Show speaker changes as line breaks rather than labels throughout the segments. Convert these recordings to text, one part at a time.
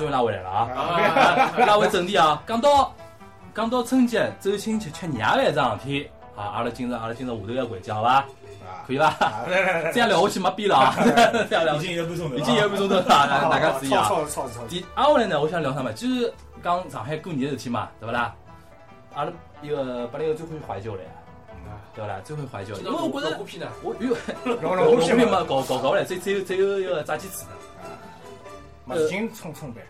又拉回来了啊！
啊，
拉回正题啊，讲到讲到春节走亲戚吃年夜饭这桩事体啊，阿拉今朝阿拉今朝下头个环节好伐？可以伐？
啊来来来，
这样聊下去没边了啊！这样聊
已
下去
经一个半钟头了啊，
已经一个半钟头了啊，
好
大家注意啊！
操操操操！
第挨下来呢，我想聊啥嘛？就是讲上海过年的事体嘛，对不啦？阿拉一个把那个最欢喜怀旧了呀，对不啦？最欢喜怀旧，因为我觉
老
得
虎皮呢，
我有
老老
我这
老先
边嘛搞搞搞不来，只只有只有一个炸鸡翅。
嘛，已经冲冲呗。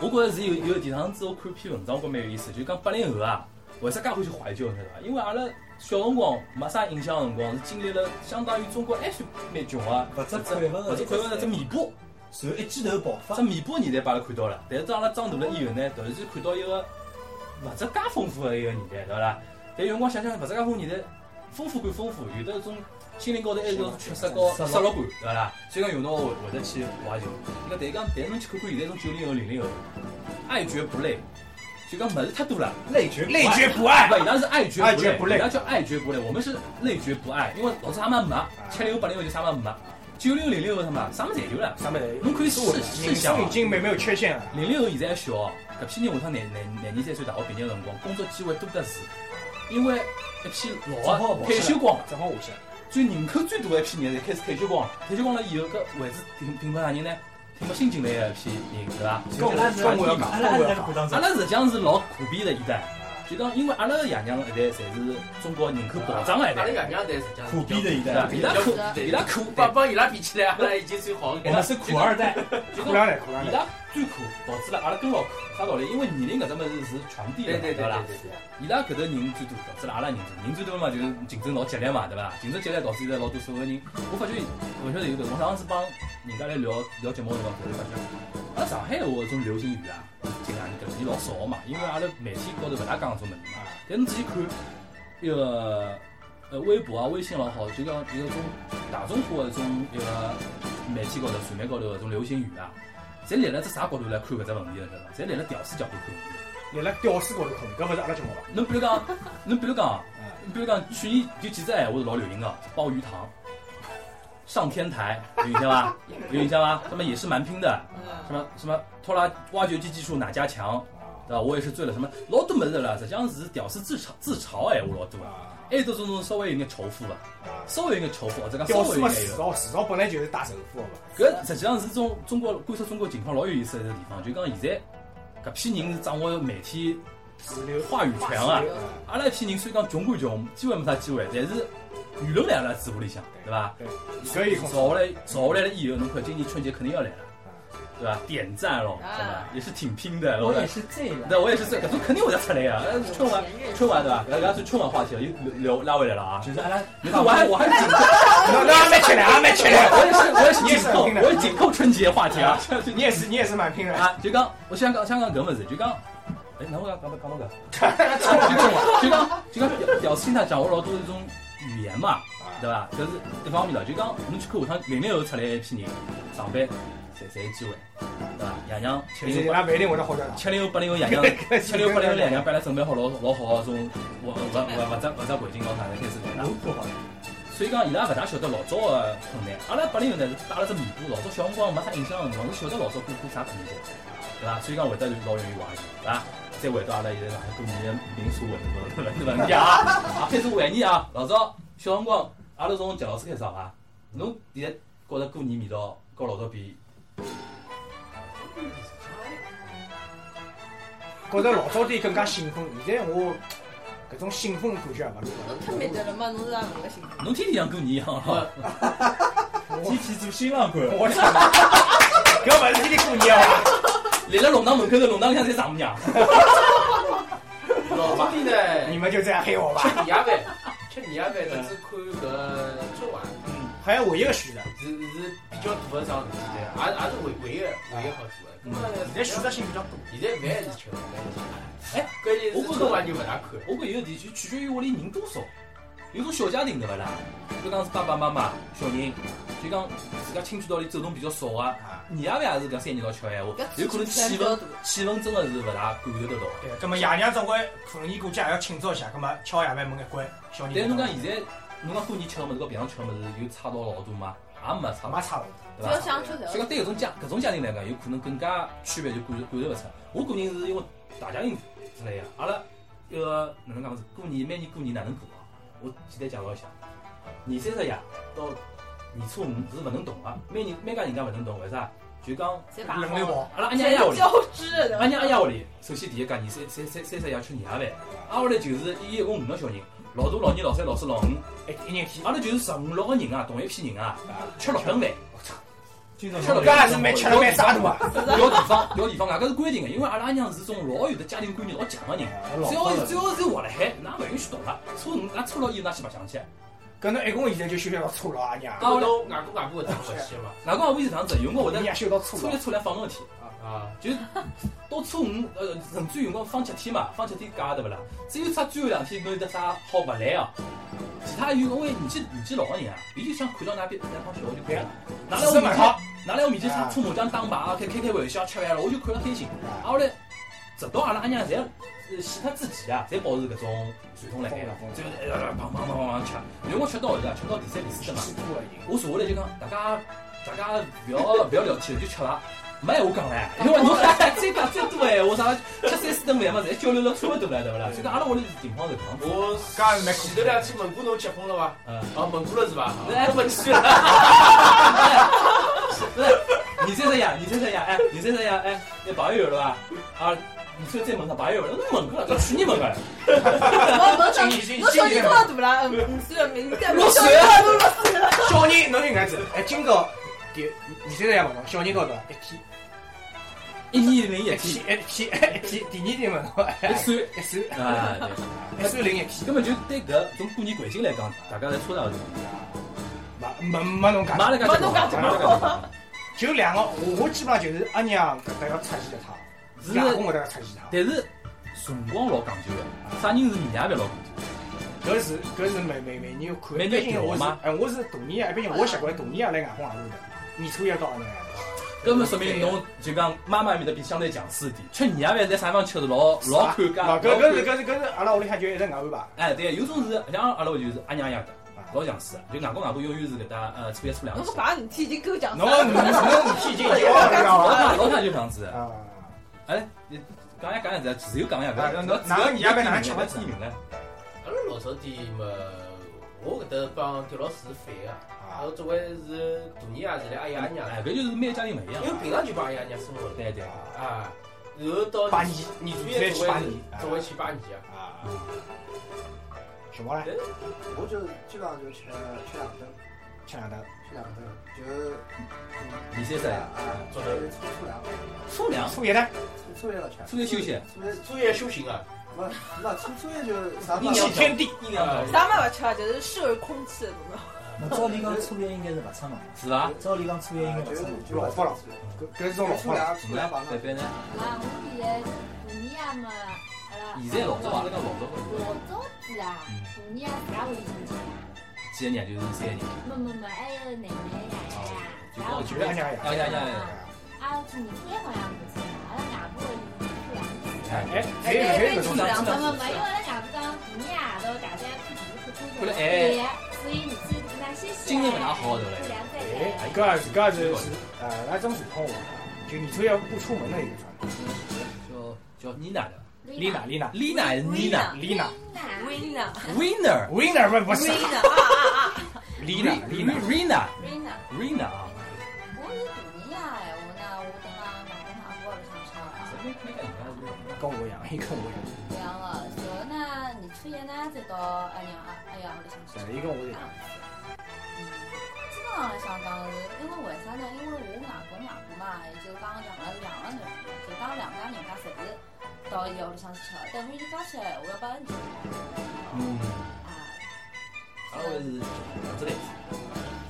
我觉着是有有前趟子我看一篇文章，我觉蛮有意思，就讲八零后啊，为啥介欢喜怀旧，晓得伐？因为阿拉小辰光没啥印象的辰光，是经历了相当于中国还算蛮穷啊，
不知
只
快乐
或者快乐只弥补。
然后一记头爆发
只，弥补年代把阿拉看到了，但是当阿拉长大了以后呢，突然间看到一个物质介丰富的一个年代，对伐啦？但有辰光想想，物质介丰富年代，丰富归丰富，有的种心灵高头还有种缺失高失落感，对伐啦？所以讲有辰光会会得去怀旧。伊讲，但是讲，但是侬去看看现在种九零后、零零后，爱觉不累，就讲物事太多了。
累绝
累觉不爱，
不，伊拉是爱绝
哎爱绝
不
不
累，
累
伊拉叫爱绝不累，我们是累绝不爱，因为老子啥么
啊
没，七零后、八零后就啥么没，九零后、零零后他妈啥么侪有了。
啥么子？
侬可以试试
人
想
生
啊
已。经没没有缺陷了。
零零后现在还小哦，搿批人下趟廿廿廿二三岁大学毕业的辰光，工作机会多得是，因为一批老
正好
的
跑
退休光了，
正好下去了。
最人口最多的一批人侪开始退休光了，退休光了以后，搿位置停停拨啥人呢？停拨新进来的一批人，对伐？
跟我
跟我要讲
阿拉阿拉过当
阿
中，
拉实际上是老可悲的一代，就讲因为阿拉的爷娘一代侪是中国人口暴涨的一
阿拉
代，
爷娘在实际上
苦逼的一
对伐
代？，
伊拉
比较
苦，伊拉苦，
帮帮伊拉比起来，阿拉已经算好的
我们是苦二代，
就
苦
讲
两来，苦两
伊
来。
拉最苦，导致了阿拉更老苦，啥道理？因为年龄搿只物事是传递的嘛，伐
对对对对
啦？
对对。
伊拉搿头人最多，导致了阿拉人多，人最多嘛就是竞争老激烈嘛，对伐？竞争激烈导致现在老多社会人，我发觉勿晓得有搿种，我上次帮人家来聊聊节目个辰光，突然发觉，阿拉上海话搿种流行语啊，近两年搿年老少嘛，因为阿拉媒体高头勿大讲搿种物事嘛。但侬仔细看，一个呃微博啊、微信老好，就讲一个种大众化的种一个媒体高头、传媒高头搿种流行语啊，侪立辣只啥角度来看搿只问题了，晓得伐？侪立辣屌丝角度看问题。
立辣屌丝高头困，搿勿是阿拉节目伐？
侬比如 讲，侬比如讲，
嗯
侬比如讲，去年有几只闲话是老流行的，鲍鱼糖、上天台，有印象 伐？有印象伐？他们也是蛮拼的，什么什么拖拉挖掘机技术哪家强，对吧？我也是醉了，什么老多么子了，实际上是屌丝自嘲自嘲的闲话老多啊。还有种种稍微有眼仇富吧，稍微有眼仇富，或者讲稍
屌丝
微有
嘛，
眼
世
有。
道世道本来就是打仇富个嘛。
搿实际上是种中国观察中国情况老有意思的一个地方，就讲现在搿批人是掌握媒体
主流
话语权啊。阿拉一批人虽然讲穷归穷，机会没啥机会，但是舆论来阿拉嘴巴里向，对伐？
对，搿有
造
空。
下来，造下来了以后，侬看今年春节肯定要来了，对伐？点赞咯，对伐
啊？
也是挺拼的，老
我也
板。
是这样。
那我也是这，搿种肯定会得出来呀。呃春晚，春晚对伐？搿搿是春晚话题了，又聊拉回来了啊。
就是阿拉，
你看我还我还是紧 扣，
那那还没吃力，还没吃力。
我也是我也是
你也是
紧扣，
拼的
我也紧扣春节话题 啊。
你也是你也是蛮拼的。
啊，就讲我想讲想讲搿物事，就讲，哎，哪我讲讲到讲到搿，就讲就讲就讲屌丝他掌握老多一种语言嘛，对伐？搿是一方面了，就讲侬去看下趟零零后出来一批人上班，侪侪有机会，对伐？爷娘七
其实伊
零后
拉勿一定会得好得啦。
七零后八零后爷娘，七零后八零后爷娘帮伊拉准备好老老好的种物物物物质物质环境老啥的开始来了
我。破好，
所以讲，伊拉勿大晓得老早个困难。阿拉八零后呢是带了只弥补，老早小辰光没啥印象个辰光，侬晓得老早过过啥困难，对伐？所以讲会得老容易怀念，对伐？再回到阿拉现在上海过年的 民俗问问问题啊，啊开始怀念啊！老早小辰光，阿拉从贾老师开始讲啊，侬现在觉着过年味道跟老早比，
觉着老早点更加兴奋，现在 我搿种兴奋感觉也勿
侬太没得了嘛，侬是哪能个性格？
侬天天像过年一样咯。
天天做新郎官，
我操！搿勿是天天过年伐？
立辣弄堂门口头，弄堂里向侪丈母娘。
老早呢，
你们就这样黑我 吧？
吃年夜饭，吃年夜饭，搿次看搿春晚
好像唯一个选择，
是是比较大的桩事体，也也是唯唯一唯一好做的。咾么
现在选择性比较多。
现在饭还是吃，
哎，
关键是春晚就勿大看。
我觉有个地区取决于屋里人多少，有种小家庭对勿啦？就讲是爸爸妈妈、小人，就讲自家亲眷道里走动比较少啊。年夜饭也是搿三人一道吃的闲话，有可能气氛气氛真的是勿大感受得到。
对，葛么爷娘总归困意估计也要庆祝一下，葛么敲夜饭门一关，小人。
但侬讲现在，侬讲过年吃个物事和平常吃个物事有差到老多吗？也没差
没
嘛，
差勿
对
只
伐
要？想出
所以
头，
讲对搿种家搿种家庭来讲，有可能更加区别就感感受勿出。我个人是因为大家庭之类个，啊阿拉一个哪能讲是过年每年过年哪能过啊？我简单介绍一下，年三十夜到年初五是勿能动个，每人每家人家勿能动，为啥？就讲
多，
侪排
轮流
好，
跑，
阿拉阿娘
侪
爷屋
有
里，
交织的，
阿娘阿爷屋里，首先第一家年三三三三十夜吃年夜饭，阿屋里就是伊一共五个小人，老大、老二、老三、老四、老五，
一一人天，
阿拉就是十五六个人啊，同一批人啊，吃六顿饭。
今朝
吃了
搿也是蛮吃了蛮沙大啊。
要地方，要地方，外啊加是规定的，因为阿拉阿娘是种老有的家庭观念老强的人，只要只要是活辣海，㑚勿允许动了，初五㑚初六伊㑚去白相去。
搿侬一共现在就修到初了啊娘，
啊
到侬外公外婆会当回去嘛？
外公阿婆是这样子，有辰光会
人
得
家修到初
初一
了，
初两放侬一天，
啊，
到初五呃甚至有辰光放七天嘛，放七天假对勿啦？只有啥最后两天侬有得啥好勿来哦。其他有因为年纪年纪老个人啊，伊就想看到㑚边那趟小孩就可以了，哪来我
是
面
蛮
前
好。
哪来我面前啥搓麻将打牌啊，开开开玩笑吃饭了，我就看了开心。
啊
啊，后来直到阿拉阿娘侪呃死脱之前啊，侪保持搿种传统辣海了，就是一直呃砰砰砰砰砰吃，有辰光吃到后头啊，吃到第三第四顿嘛，
吃多了已经。
我坐下来就讲，大家大家勿要勿要聊天了，就吃伐。没闲话讲唻，因为侬
啊
再讲再多闲话啥，吃三四顿饭嘛，侪交流了差勿多了，对勿啦？所以讲阿拉屋里情况是搿样子。
我
家也蛮
前头两天问过侬结婚了伐？
嗯，
哦，问过了是伐？
哎
我问 去了。
不是，哎你这这样，你这这样，哎，你这这样，哎，那朋友有了吧？啊，你说这门上朋友有了，那门个，这去你门个，
我侬讲，
已经
侬小
已经
人多少大了？嗯，五岁了，明天
落
小
水
人
了，
小人侬就搿样子，哎，今朝第你现在也问侬，小人到哎多少？一天，
一年零一
一
天，
天，一天，一天，第二天问侬，
一算
一算，
啊，对。
一算零一天，
根本就对搿种过年惯性来讲，大家侪差勿多。
没没没侬讲，
没
没侬讲
讲，没侬讲，
就两个，我我基本上就是阿娘搿搭要出现一趟，
是
外公搿搭要出现一趟，
但是辰光老讲究的，啥人是年夜饭老讲究的。
搿是搿是每每每年要看，
每
一
年
般性
调
我是
吗
哎我是大年夜，一般性我习惯大年夜来外公外婆头，年初一到阿娘家头。
根本说明侬就讲妈妈面搭比相对强势一点，吃年夜饭在啥地方吃是老老看家。
啊，搿搿是搿是�搿是阿拉屋里向就一直搿安排吧。
哎，对，有种是像阿拉屋就是阿娘阿爷的，老强势的，就外公外婆永远是搿搭呃初一初两
侬
去
搿。排事体已经够强
侬
了。
侬侬事体已经已经好了
老
啊。
太老太就这样子。
啊，
哎，你讲呀讲呀，只有讲呀，吃地名了？
阿拉老早点嘛，我搿搭帮刁老师啊是反个，阿拉总归是大年夜是来阿爷阿娘
哎，
家，
搿就是每个家庭勿一样
因。为平常就帮阿爷阿娘生活了
对对，
啊。然后到
拜
年
年
年初一总
拜
归
年
是总归去拜年啊。
啊，什么嘞？
我就基本上就吃吃两顿，
吃两顿，
吃两顿，就
李先
是
生，
啊，
做
就是粗粗粮，
粗粮，
初一呢？
粗粗也要吃，
粗粮休息，
粗粮
初一修行啊，
不那粗粗也就啥
你
嘛，
祭天地，
阴阳头
啥嘛勿吃啊，就是受空气的那种。
那照理讲初一应该是勿出门，
是伐？
照理讲初一应该
啊
勿出
就是
门，
就老
不
不
老
老，
搿搿是种老
粗
好了。
粮
怎
粗
么了
粮帮？
贝贝呢？
啊，我现在大年夜嘛，阿拉
现在老早啊阿拉讲老早，
老早子啊，大年夜自家屋里亲戚啊，
几个人就是三个人，
没没没，还有奶奶爷爷啊，
就
阿娘
呀
呀，
呀呀！
阿拉去年初一好像没亲，阿拉外婆是初两
哎，
哎，还有还有搿种
哎
没没没，因为阿拉外婆讲大年夜夜到大家看电视看春
看了
晚，
哎
所以你去那些
今年不大好对不对
初两再来。
哎，搿是搿是是呃，那种传统文化，就年初一不出门的一个传统。
叫叫妮娜的，
丽娜，丽娜，
丽娜还是妮娜
丽娜
，Rina
？Winner，
，winner 不不是
Rina 啊啊啊
丽娜，丽娜，
，Rina
Rina，Rina 啊，
我是大年夜闲话呢，我等到外公外婆屋里向吃啊。
没没讲人家。
跟我一样，伊跟我一样。
这样个，然后呢，年初一呢再到阿娘阿阿爷屋里向去
对，伊跟我一样。
啊。嗯，基本上想讲是，因为为啥呢？因为我外公外婆嘛，也就讲两个两个女儿，就讲两家人家侪是到伊屋里向去吃，但是伊讲起来，我要把恩情
嗯，
啊，
阿拉是两只来子，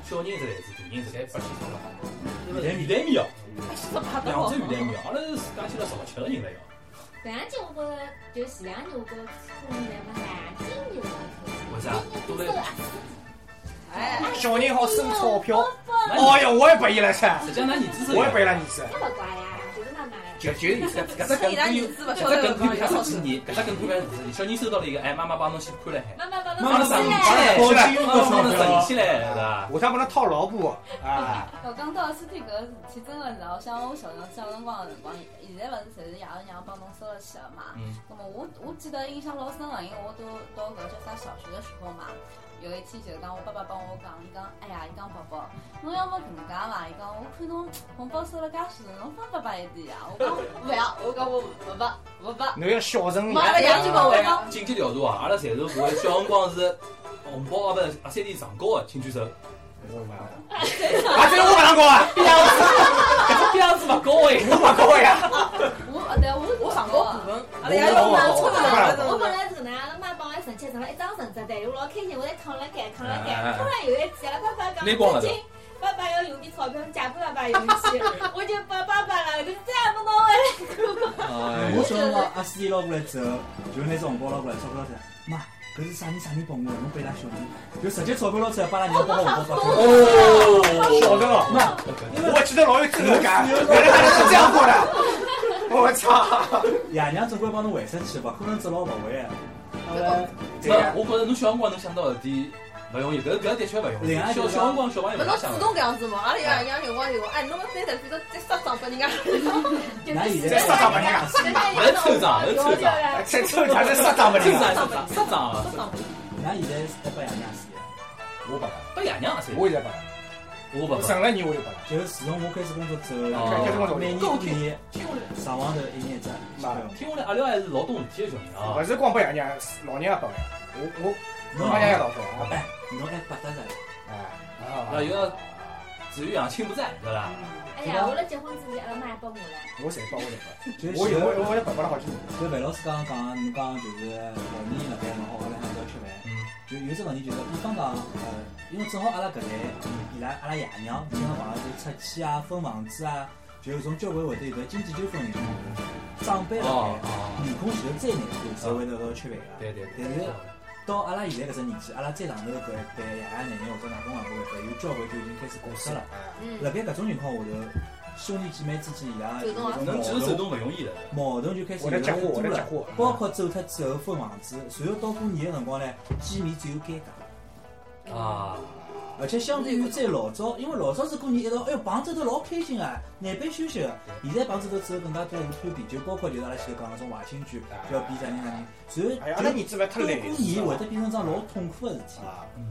小人一只来子，大人一只来
侪
子
八。千
鱼
多了。
蛋米蛋米哦，
啊，是八
两只
刀
鱼。蛋米哦，阿拉是自家去了十七个人了要。
前两天我觉着就前两天我觉着过年嘛，南京人嘛，
为啥都在
哎，
小人好生钞票。
哦
哎呀，我也不伊了噻，
实际上，㑚儿子是
我也不伊了儿子，
这么乖呀，就是那么。
就就是意思。
搿只梗
伊拉
可以
儿，子勿
搿只
晓得
梗
搿
可以
讲
看
啥
好几年，搿只梗可以看好几年。小人收到了一个，哎，妈妈帮侬去看了海。
妈妈帮把
妈
它
妈
藏
省
起
起来，
起
来。
来
妈妈帮侬省起来，是吧？
下趟帮他套牢布啊，
我讲到身体搿个事体，真个是哦，像我小辰小辰光个辰光，现在勿是侪是爷拉娘帮侬收了起了嘛。
嗯。
那么我我记得印象老深个，因为我都到搿叫啥小学的时候嘛，有一天就是讲我爸爸帮我讲，伊讲哎呀，伊讲宝宝，侬要么搿能介伐？伊讲我看侬红包收了介许多，侬分拨拨一点啊。我讲勿要，我讲我勿拨勿拨。
侬要孝顺
妈阿拉爷就勿会讲，
经济调查啊，阿拉侪是我小辰光是红包啊不是阿三弟上高的，请举手。
啊，这个我马上搞啊，
这样子勿高哎，
我马上搞呀，
我啊对，我
我
我
上
上
过
过
古
股份，
文，阿拉爷老难出来
我本
了。
来是搿能，阿拉妈帮我存钱，存了一张存折袋，我老开心，我在扛了盖，扛了盖。啊突然有一天，阿拉爸爸讲，
拿光了
最近爸爸要用点钞票，借给爸爸用去，我就把爸爸了，就再也没拿回来。
我小辰光阿四弟捞过来之后，就拿只红包捞过来，钞票捞出来，妈，搿是啥人啥人帮我的，侬拨伊拉小人，就直接钞票捞出来，帮伊拉娘帮我红包包。
孝顺哦。
妈，
我记得老有罪恶感，原来他是这样过的。我操！
爷娘总归帮侬还出去，勿可能只捞勿回来。后来，
不，我觉着侬小辰光能想到的点勿容易，搿搿的确勿容易。小小辰光小朋友
勿
勿
侬
能
主
想的。
动搿样子嘛？阿拉爷娘有光有光，哎，侬拿着比如再杀账拨人家，
㑚现
在
在
啥啥物事啊？
还抽奖，还抽奖，
这臭娘是啥账不
抽
灵
奖
啊？
抽奖，抽
杀
奖，
账
㑚现在是得拨爷娘死的。
我不
拨爷娘噻，
我也在不
我勿
省了你我就不了。
就是自从我开始工作之
哦
后，
开始工作
每年过年上网头一年一只钞票。
听下来阿廖还是老懂事体的小人啊。
不是光不爷娘，老娘也不呀。我我
侬
老娘也老说啊。
哎，侬还不得着？
哎，
那有个至于养亲不在，对伐？
哎呀，我辣结婚之前，阿拉妈还拨我嘞。
我谁帮我来
就是
我
就
有我我也办不了好几年。
就范老师刚刚讲，侬讲就是老年人辣盖嘛，好好来喊叫吃饭。
嗯，
就有只问题，就是比方讲，呃，因为正好阿拉搿代，伊拉阿拉爷娘经常碰到就出去啊、分房子啊，就从交关会得有搿经济纠纷的情况下，长辈辣
哦
盖
哦，
面孔前头再难看，才会得到吃饭个。
对对对
但。是到阿拉现在搿只年纪，阿拉再上头搿一代爷爷奶奶或者外公外婆搿一代，有交关就已经开始过世了。
嗯
辣盖搿种情况下头，兄弟姐妹之间伊拉有种
能接受手
矛盾，
动勿啊容易的。
矛盾就开始
啊我
有
来结
了
婚，我
多
来结
了。
婚。
包括走脱之后分房子，随后到过年个辰光呢，见面只有尴尬。
啊，
而且相对于再老早，因为老早子过年一道，哎哟，碰头头老开心啊，难被休息个。现在碰头头之后更加多是攀比，就包括就是阿拉前头讲那种坏亲眷，要比啥人啥人，随
哎哎呀，
后
阿拉
就
儿子勿太
到
累。
过年会得变成桩老痛苦个事体。
啊，
嗯，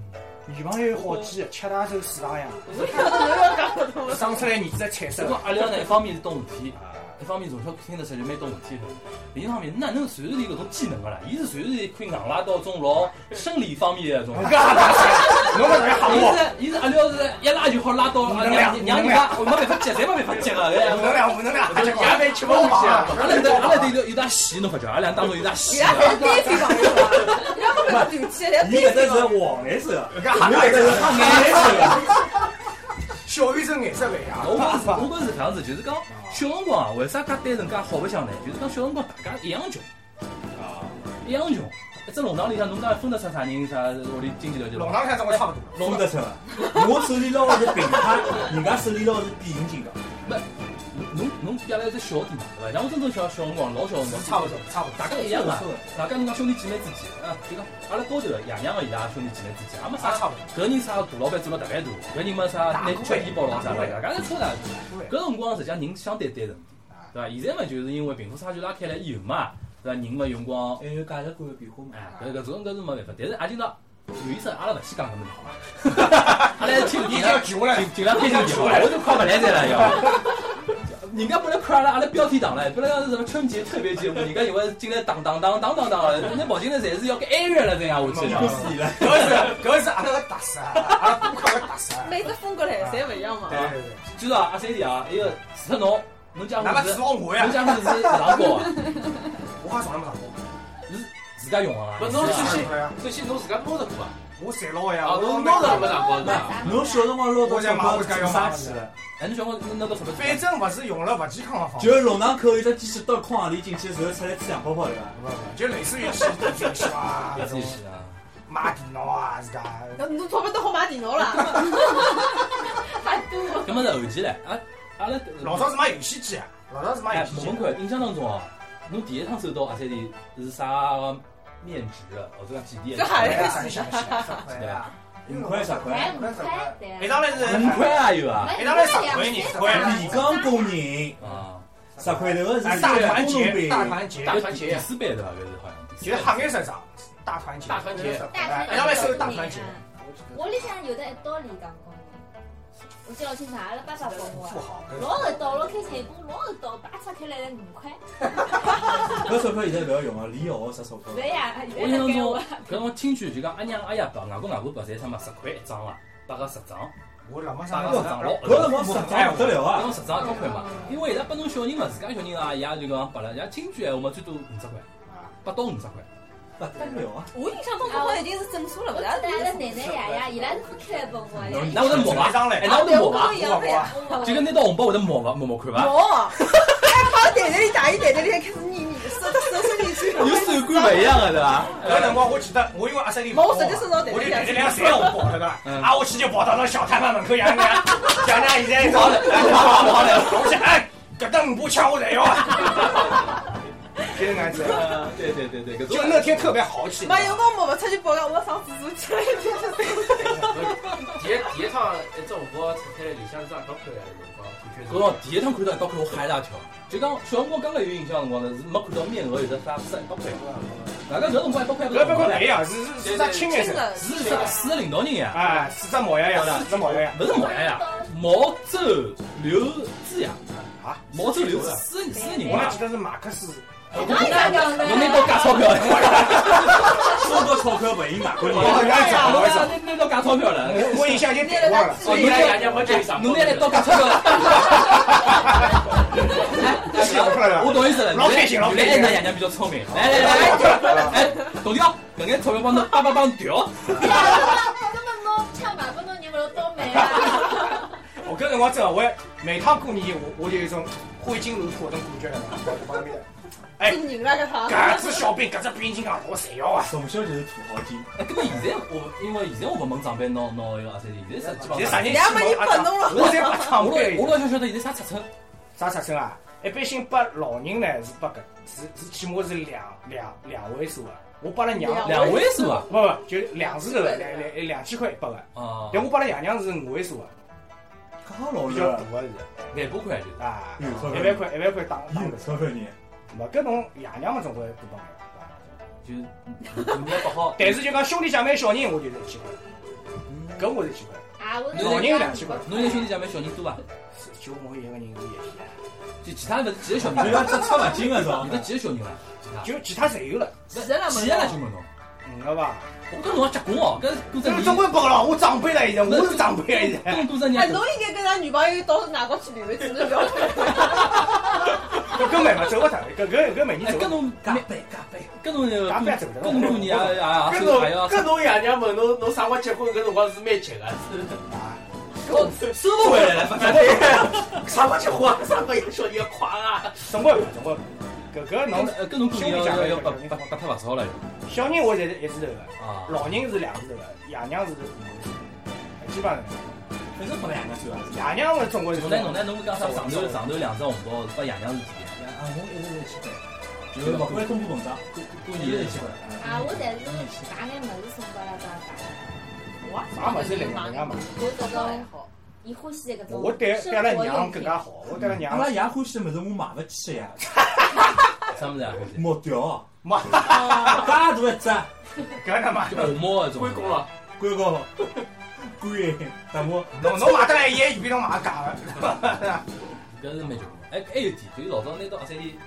女朋友好几，吃大手死大样，生出来儿子彩
不
色
过
的。
阿廖呢，一方面是懂事体，
啊，
一方面从小听得出就蛮懂事体的，另一方面，哪能算是有搿种技能个啦？伊是算是可以硬拉到种老生理方面的种。
我干啥大事？侬勿是吓
伊
我？
是伊是阿廖是一拉就好拉到阿娘娘家，我没办法接，侪没办法接个。
负能量，负能量，这牙被吃不
阿
饱
拉
啊！
阿拉阿拉对有有大戏，侬发觉，阿拉当中有大戏。
搿个脾气侪
伊搿只是黄颜色的，
干
我搿只是黑颜色的。
小雨真颜色勿一样。
我觉是，我觉是搿样子，就是讲小辰光啊，为啥介单纯介好白相呢？就是讲小辰光大家一样穷，一样穷。一只弄堂里向，侬讲分得出啥人啥屋里经济条件？
弄堂向跟我差不多。
弄得出来，我手里捞的是平摊，人家手里捞的是变形金刚。
侬侬比阿拉一只小点嘛，对伐？像我真正小小辰光，老小辰光，
差不多，差不多。
大家一样嘛。大家侬讲兄弟姐妹之间啊，就讲阿拉高头爷娘个伊拉兄弟姐妹之间，也没啥
啥差不多？
搿人啥大老板做了特别大，搿人没啥拿缺医保咾啥的，大家侪差大。搿辰光实际上人相对单纯，
啊
对伐？现在嘛，就是因为贫富差距拉开来以后嘛，对伐？人嘛用光，
还有价值观的变化嘛。
哎，搿搿种搿是没办法。但是阿今朝有意思，阿拉勿去讲搿么好伐？阿拉听
你
尽
就要
量
举过来。
尽尽量开心点嘛，我都快勿来塞了要。人家本来看阿拉阿拉标题党了，本来要是什么春节特别节目，人家以为进来当当当当当当了，人家跑进来侪是要跟 a r i 了这样下去
都
了。
是伊拉。
搿是搿是阿拉个特色，阿拉顾客个特色。
每只风格来侪勿一样嘛。
对对对，
就是啊，阿三弟啊，还有除脱侬，侬家
哪
伙
怕
是
指，望我呀
侬，家伙是上高啊，
我好像从来没上过。
自家用啊。
不侬
是
首
啊
先首先侬自家摸着过啊，
我赚了呀，
啊
我
侬摸着没上过是吧？
侬小辰光捞到钞票
我
是
想
做
买我
啥
想
去
要
了？
哎，侬小光侬拿到什么？
反正勿是用了勿健康个方法，
就是弄堂口一只鸡翅到筐里进去，然后出来吃洋泡泡对伐？
就类似于去电视啊，
别
搿
自
种
己去啊。
买电脑啊，自家。
侬钞票都好买电脑了，
搿么是后期唻，啊，阿拉
老早是买游戏机啊，老早是买
哎
游戏，机
问。问看，印象当中哦，侬第一趟收到阿三弟是啥面值的，或者讲几钿
这还
对
是
啥啥啥？
对啊，
五块十块，
才五块，对
一
啊。
上来是
五块也有啊。
没
一上来十
两
块
千
人，
块
块
啊
丽江工人，
啊，
十块头是
哎
大
大
团
团
结
结，大团结，
大
啊有
团
第
结
四班对伐？搿是好像第四班
就是黑颜色啥？大团结，
大团结，
大
哎要来收大团结
我里向有的一道理讲工人，我记得老清爽，阿拉爸爸帮
富
我，
豪。
老后道，老开心，一共老后道，把拆开来才五块，
搿钞票现在勿要用哦，李瑶啥钞票
现？在呀，
我印
现在
象
给
中
我，，
搿种听句就讲阿娘阿爷爸外公外婆爸侪他妈十块一张啊，八个十张，
我老妈
八
上
个
老
十张，老
搿辰光十张
哎
勿得了
搿
啊！
种十张交关嘛，因为伊拉拨侬小人嘛，自家小人啊，伊拉就讲拨了，伊拉亲句闲话嘛，最多五十块，
啊
八到五十块，
勿得了啊！
我印象中好像已经是整数了，
我
勿
记得
是
阿拉奶奶爷爷，伊拉是分开来帮我，
侬
那我能摸伐
一？上
哎，
啊
来，
那我能摸伐？
跟一样的呀。
我
就跟拿到红包会得摸伐？摸摸看 伐？
毛，哎，放袋袋里，大衣袋袋里还开始捏捏，手手伸进去，
有手感勿一样个对 伐？
搿辰光我记得，我因为阿三里
我直接收到袋
啊我就
里
袋
向去
子里向侪红包了，对伐？
嗯
啊，我去就跑到那小摊贩门口，爷娘， 爷娘现在
好
好
嘞
了，好了好了，我想哎，搿搭五把枪我侪要啊， 就搿样子。
呃对对对对，搿
就
种
那天特别豪气，
妈有光摸勿出去，包个我上厕所去了，
第一第一趟一只红包拆开来，里向是张钞票呀，辰光感觉
搿
是
辰光第一趟看到一百块，我吓一大跳。就讲小辰光刚刚有印象的辰光呢，是没看到面额有的啥是一百块。大家搿辰光一百块勿
搿
是
不过
红包
来
嘞，
呀，是是是只青颜 色，
真的，
是啊是是个领导人呀，
哎，四只毛呀呀，四只毛呀呀，
勿是毛爷呀，毛周刘子呀，
啊，
毛周刘子四个四个人
我还记
嘛。
得是马克思，
我拿到假钞票了，
收 到钞票勿应外国人
我好像
哎呀
讲
我
过一次，
拿拿到假钞票 了。
我我印象已经淡忘了。
哦，
你
侬
家
拿
爷娘没叫 上，
侬拿来到假钞票了。我懂意思了，
老开心老开心
原来爷娘比较聪明，来来来来，哎，董调，搿眼钞票帮侬爸爸帮侬调，
根本侬抢买不侬人勿是倒霉啊！
我搿辰光真的，我也每趟过年我我就有一种挥金如土的种感觉了。
惊人了搿趟。
搿只小兵，搿只兵金刚，我侪要啊！
从小就是土豪金，
哎，搿么现在我因为现在我勿问长辈拿拿一个阿三现在是基
现
本
在啥
上，
人
人家没人拨侬
啊
了，
哎我侪不
我
唱
老
歌。
我 老想晓得现在啥尺寸，
啥尺寸啊？一般性拨老人呢是拨搿是是起码是两两两位数的，啊我拨了娘
两位数啊，
不不就两字头的两两两千块拨个，
啊，
但我拨了爷娘是五位数的，啊
搿好老
比
实
较大
啊！
个是
廿把块就是，
啊，
有钞
一
票
万块一万块打打
有
的，
钞票人，
没搿侬爷娘嘛总归不帮个。
就是你也不好，
但是就讲兄弟姐妹小人，我就是一千块，搿我是一千块，
啊，我
侬现在兄弟姐妹小人多伐？
就我一个人是一啊千。
就其他勿是几个小
就
人
讲
啊？
只出勿进个
现在
是伐？
几个小人啊？其他
就其他侪有了，
几个了
几个了啊就问侬，
嗯，好吧？
我搿辰光结棍哦，搿过
这
只
个
年，
总归不了，我长辈了现在，我是长辈啊了现 在。
搿过只
哎，
年
侬。应该跟㑚女朋友到外国去旅游，只能 聊。
搿搿没嘛，走勿脱，搿搿搿每年
哎，
走
搿
勿脱。
侬
加
每
倍加倍，
搿侬
加
搿
班走的
搿侬过啊年
啊
也也也
搿
收
侬
还要
搿侬爷娘问侬侬啥辰光结婚？搿辰光是蛮急个，
收勿回来了，反
哎
正
啥辰光结婚啊？啥辰光有小人要快啊？
总归总归，搿搿侬
搿搿侬过年要要要八八八脱勿少了
小人我侪是一字头的，
啊。
老人是两字头的，爷娘是五字头，基本上
反正不能个算啊！
爷娘我总归是
侬呢侬呢侬勿讲啥上头上头两只红包是拨爷娘是几钿？
啊，我一直在去背，就是勿管通货膨胀，
过
一直
年
在去背。
啊，我才是买眼物事送拨拉长大，
啥物事来人家嘛。
我这种伊欢喜的搿种
我对对阿拉娘更加
品，
好，我对阿拉
阿
娘
拉爷欢喜的物事我买勿起呀，
啥物事啊？
木雕，
妈
介大一只，
搿他妈
就红毛搿种。
归公了，
官高，官哎，但我
侬侬买得来也比侬买假的，
搿是蛮结棍。哎，还有点，就是老早拿到阿三里，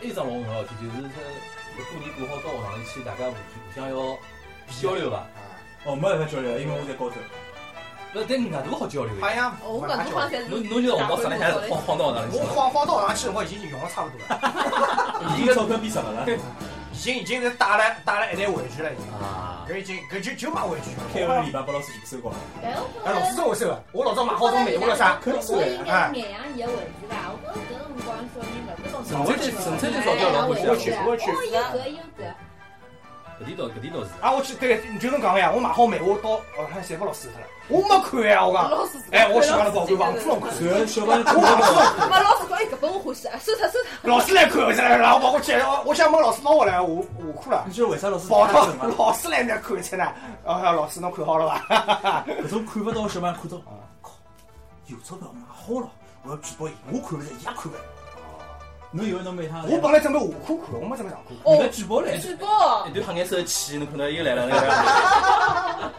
还有桩老重要事体，就是说过年过好到学堂里去，大家互互相要交流伐？
哦没办法交流，因为我在高头。
勿但外头好交流。
好像
我搿种好像是
侬侬就红包上来还是晃晃到学堂里去
我晃晃到上去，我已经用了差不多了，
已经钞票变十勿了，
已经已经是带了带了一台玩具了已经。
啊？
搿已经搿就就买回去了。
开
啊
完礼拜把老师全部收光了。
哎，
哎，老
我
师
觉
说我收了，我老早买好东西，我了啥？
所以应啊该是绵阳伊个位置伐？我觉着搿辰光小人勿是老
纯粹的纯粹的钞
钞
票
票
老
老
过
哎
过
去啊
我去，我
去啊！
去
哦，，有搿有搿，
搿点倒搿点倒是。
啊，我去，对，你就侬讲个呀，我买好漫画到学堂侪拨老师看了，我没看呀，我讲，
老师自家
哎，我去讲了宝贝，王子侬看，
然后小朋友看到
没老师讲伊搿本我欢喜，哎收脱收脱。
老师来看，然后跑过去，我想问老师拿我来，我我哭了
你。晓得为啥老师
跑
打
到
死嘛？
老师来那看一下呢，啊，老师侬看好了伐？
搿种看勿到小朋友看到，靠，有钞票买好了，我要举报伊，我看勿着，伊也看勿着。侬以为侬每趟
我本来准备下课看，我没准备上课。
你
哦
搿举报来，
举报
哎一！对黑颜色的气，侬看到又来了，那个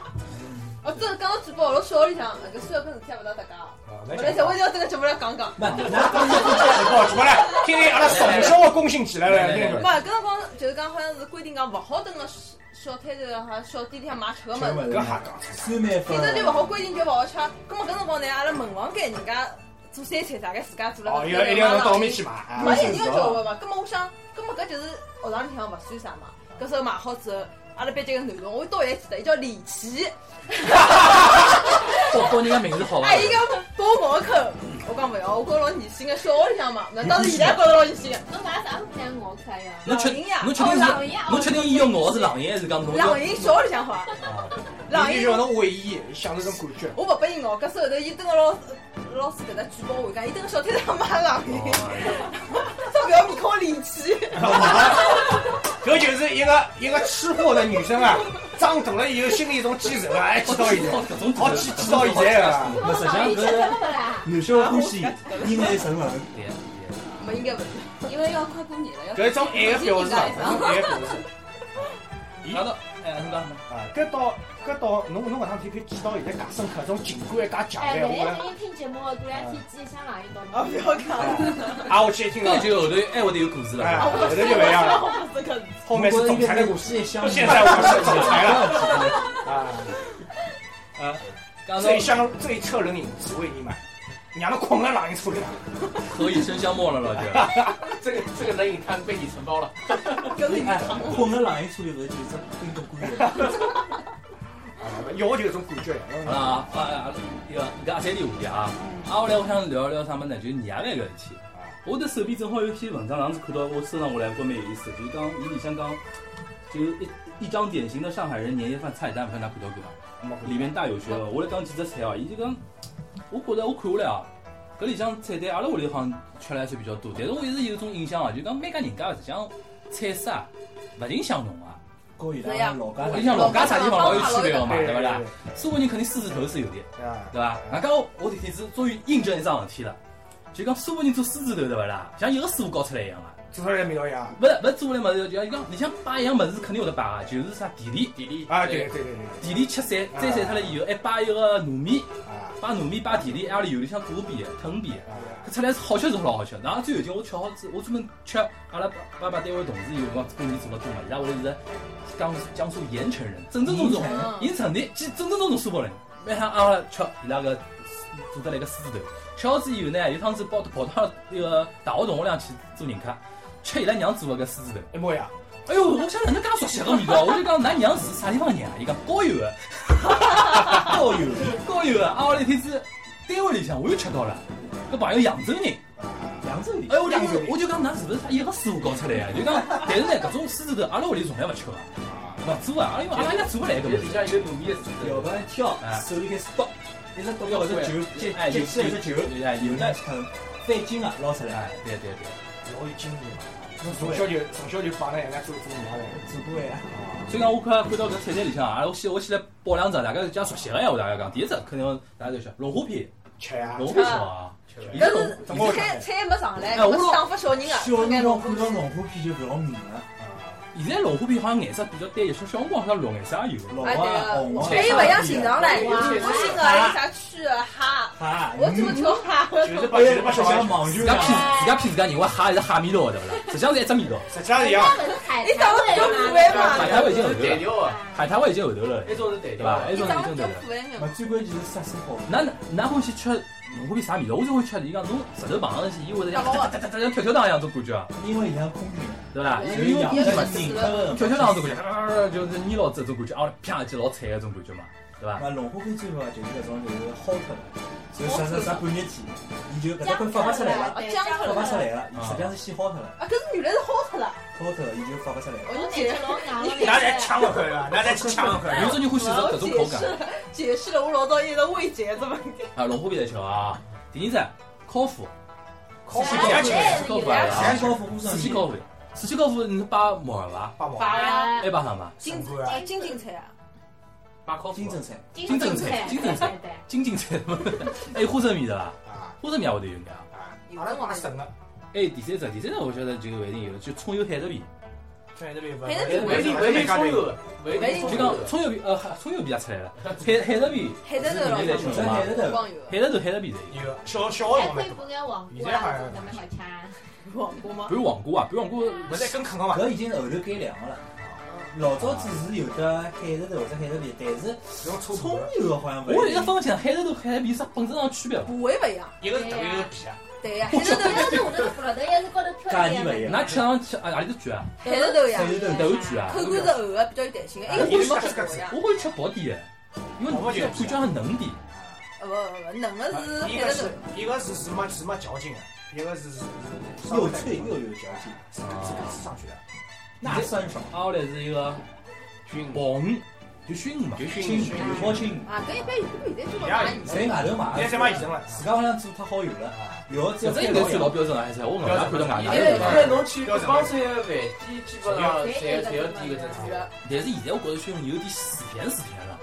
哦，真的讲到举报，老小学里向搿虽然搿事体也勿大搭界，
啊，
本来想我一定要这个节目来讲讲。
那那
报出来，听听阿拉从小的公信起来了，那
没，
个
搿辰光就是讲好像是规定讲勿好蹲个小小摊头，好像小店里向买吃个物事。
搿瞎讲出
三万
平常就勿
分，
好规定就勿好吃，葛末搿辰光呢，阿拉门房间人家做三菜，大概自家做了
哦，
搿
一
三
个
菜
一定
嘛
要到
上
后面去买，啊
没一定要交关嘛。葛末我想，葛末搿就是学堂里向勿算啥嘛。搿时候买好之后，阿拉班级个男同，我到现在记得，伊叫李琦，
报报人家名字
哦
好伐？
哎，伊讲帮我门口，我讲勿要，我觉着老疑心个，小学里向嘛，那当时现在觉着老疑心个。
侬买啥物事我看呀？
侬确
狼人呀
侬确定
哦
是
狼人啊
侬确定伊要咬是狼人还是讲侬要
狼？人小学里向好啊，狼
你
人
就让侬回忆，想着种感觉。
我勿拨伊咬，搿时候头伊蹲个老师老师搿搭举报我，讲伊蹲个小摊头买狼人，
哦
他不要面孔李琦。
搿就是一个一个吃货的女生啊，长大了以后心里一种记仇啊，还记到现在，
搿哦种
好记记到现在啊。
侬
实际
上
上
一吃
搿
什么啦？
男小欢喜因爱成文，
对对
没应该不是，
因为要快过年了，要
搿一种爱的表示啊，搿种爱的表示
对。讲到哎，侬讲什么？
啊，搿到搿到侬侬搿趟天可以记到现在介深刻，种情感还介强
哎，
烈，
万一
我
等于听节目，过两天记一箱狼人到
啊，
底。
不要讲了。
啊我去一听到
搿，就后头哎会得有故事
哎，
了。
后头就勿一样了，
我不是个
后面是总裁的故事，
事，相
现在我是总 裁了 啊。
讲到
这一箱这一车冷饮只为你买，让侬困了狼人出来了。
口语生相冒了，老舅。
这个这个冷饮汤被你承包了。
跟你
哎， 混个狼人处理勿是就是跟个官员。
啊，要就有种感觉呀。
啊啊啊！那个搿阿三点话题啊，啊，后来我想聊一聊啥物事呢？就是爷饭搿事体。我的手边正好有一篇文章，上次看到我收藏下来，觉得蛮有意思。就是讲伊里向讲，就是一一张典型的上海人年夜饭菜单，勿晓得㑚看到过伐？
啊
里面大有学问。我来讲几只菜哦，伊就讲，我觉着我看下来啊，搿里向菜单阿拉屋里好像吃了还算比较多，但是我一直有种印象啊，就讲每家人家实际上菜色啊，勿尽相同啊。
高伊拉老家
里
长，
向老家菜地方老有区别个嘛，
对
对勿
对
啦
对？
苏北人肯定狮子头是有的，
对啊，
对伐？俺讲我我这天子终于印证一桩事体了，就讲苏北人做狮子头对勿啦？像一个师傅教出来一样啊。
做出来味道一样。
勿是勿是做下来么子，就像你想摆一样么子，肯定会得摆啊，就是啥地里
地理
啊，对对对对，
地里切散，再散出来以后，还摆一个糯米，
啊
摆糯米摆地里，还有油里向裹边藤边，
啊，
搿出来是好吃是老好吃。然后最后劲我吃好之，我专门吃阿拉爸爸单位同事有辰光过年做了多嘛，伊拉屋里是江苏江苏盐城人，正正宗宗，
嗯
嗯
伊是城里即正正宗宗苏北人。每趟阿拉吃伊拉个做得来个狮子头，吃好之以后呢，有趟子跑跑到那个大学同学俩去做人客，吃伊拉娘做个搿狮子头。
一模一样。
哎呦，我想哪能介熟悉个味道？我就讲，咱娘是啥地方人啊？伊讲高邮的，
高有，
高邮的。啊，我那天子单位里向我又吃到了，搿朋友扬州人。
扬州人。
哎，我就我就讲，㑚是勿是一个师傅教出来啊？就讲，但是呢，搿种狮子头，阿拉屋里从来勿吃个，勿做啊，因为阿拉也做勿来搿
就
物
是里
事。
向有糯米的事
要不然跳，手里开始剁，一直剁到搿只球，接
哎，
接
有
起来只球，
有哎，有
有
的
那，啃翻筋啊，捞出
哎
来，，
对对对。
老有经验嘛，侬从小就从小就帮着人家做做米了。
做过呀。
所以讲，我看看到搿菜单里向啊，我先我先来报两只，大家讲熟悉个闲话，大家讲。第一只肯定大家都晓，龙虾片，
吃呀，
龙虾小啊，伊
但
是龙
是菜菜没上
哎
来，搿是打发小人啊，
小辰光看到龙虾片就不要命了，
啊
现在龙虾片好像颜色比较单一，小小辰光好像绿颜色也有。
老
哎对
啊红
个，
啊，
还有勿一样形状嘞，
哇
我新个有啥区啊虾，
哈，
我怎么
嗯
挑虾？
就是把就是把小
像
孩，
网球
自
一
家
样
骗自家骗自家人，我虾是虾米道，对勿啦？实际上是一只味道。
实际上是一
人
样。
家勿是海
你长得比较可爱嘛
海苔味已经
是
后头
弹
了，
掉啊，
海苔味已经后头了，
一种是弹
对
掉
伐？
啊，
还有
伊
种
长
已
得
经对
比较
了。
可爱眼
嘛
嘛，
最关键是杀生好。
那那欢喜吃龙虾片啥味道？我就会吃，伊讲侬石头碰上去，伊会得像哒哒哒哒哒像跳跳糖一样种感觉啊，
因为伊像空军，
对伐？
所
因
以
为
养
伊
得紧，
哦跳跳糖种感觉，就是捏牢子这种感觉，啊，啪一记老菜个种感觉嘛。对伐？
那龙虎龟最后就是搿种就是薅脱了，就啥啥啥半日天，伊就搿只龟发勿出来了，
啊，僵出
发
来
勿出
了，
来了，伊实际上是先薅脱了，
啊，搿是原来是薅出来，
薅脱了伊就发勿出来了。
我
我
就
那
解
天
释，
老娘了，
哪来抢勿回了？哪啊来去抢勿回
有种人欢喜食搿种口
我解
感
释了，解释了我老早一直未解这问题，
啊，龙虎皮在吃啊。第二只烤麸，
哦
靠
四
谱
季烤麸，
点去，
哎
四季烤麸啊，
四季高富
四季烤麸，四季烤麸你把毛伐？
帮忙。
拔呀，
还把啥嘛？
金
神官啊
哎金金菜啊，
把烤
金
麸
针菜，
金针菜金针菜
对，
金金菜，还有花生米对伐？
啊
花生米也会得有眼啊。
啊！阿拉讲省个，
还有第三只，第三只我晓得就勿一定有，就葱油海蜇皮。
现在这边
反正
勿一定勿一定葱油的，勿一定
就
就
葱
讲葱油
油的。
皮，呃，海葱油皮也出来了，海海蜇皮，
海蜇头老
是
有
侬
只
在
海
吃
蜇
辰
头，
光有
海蜇头海蜇皮侪有。
有个小小个
还
我
可以
们
补点黄瓜，怎么好吃？
黄瓜吗？
拌黄瓜啊，拌黄瓜
不是跟坑个嘛？
搿已经后头改良了啦。老早子是有的海蜇头或者海蜇皮，但是
用搓
葱油好像勿
我一
一
直
样。
分不清海蜇头海蜇皮是本质上区别伐？
部位勿一样，
一个是头，一个是皮啊。
对呀，海蜇 头
一个是下头是头，一个是高头漂亮的。
㑚吃上去啊，何里头卷啊？
海蜇头呀
葱，油头
豆卷啊？
口感是厚的，比较有弹性的，一个是没口呀，
我会吃薄点的，因为我觉得感觉上嫩点。
呃不不不，嫩的是
一
海
个
蜇头
是。一个是是没是没嚼劲的，一个是是
又脆又有嚼劲，
是是吃上去的。
那酸爽。
挨下来是一个
菌
鲍鱼，就熏鱼嘛，
就熏
青
鱼，
鱼好青鱼，
啊，搿一般现在就
呀
买鱼，
侪外头
现
买
在
的。
再买现成了。
自家好像做太好油了，有
搿
只要
只
开
应该
老
算老
油。
标准了，还是我硬拉看到外头
因
有
为
的
因为侬去帮菜个饭店，基本上侪侪要点搿只菜。
但是现在我觉着熏鱼有点死甜死甜了，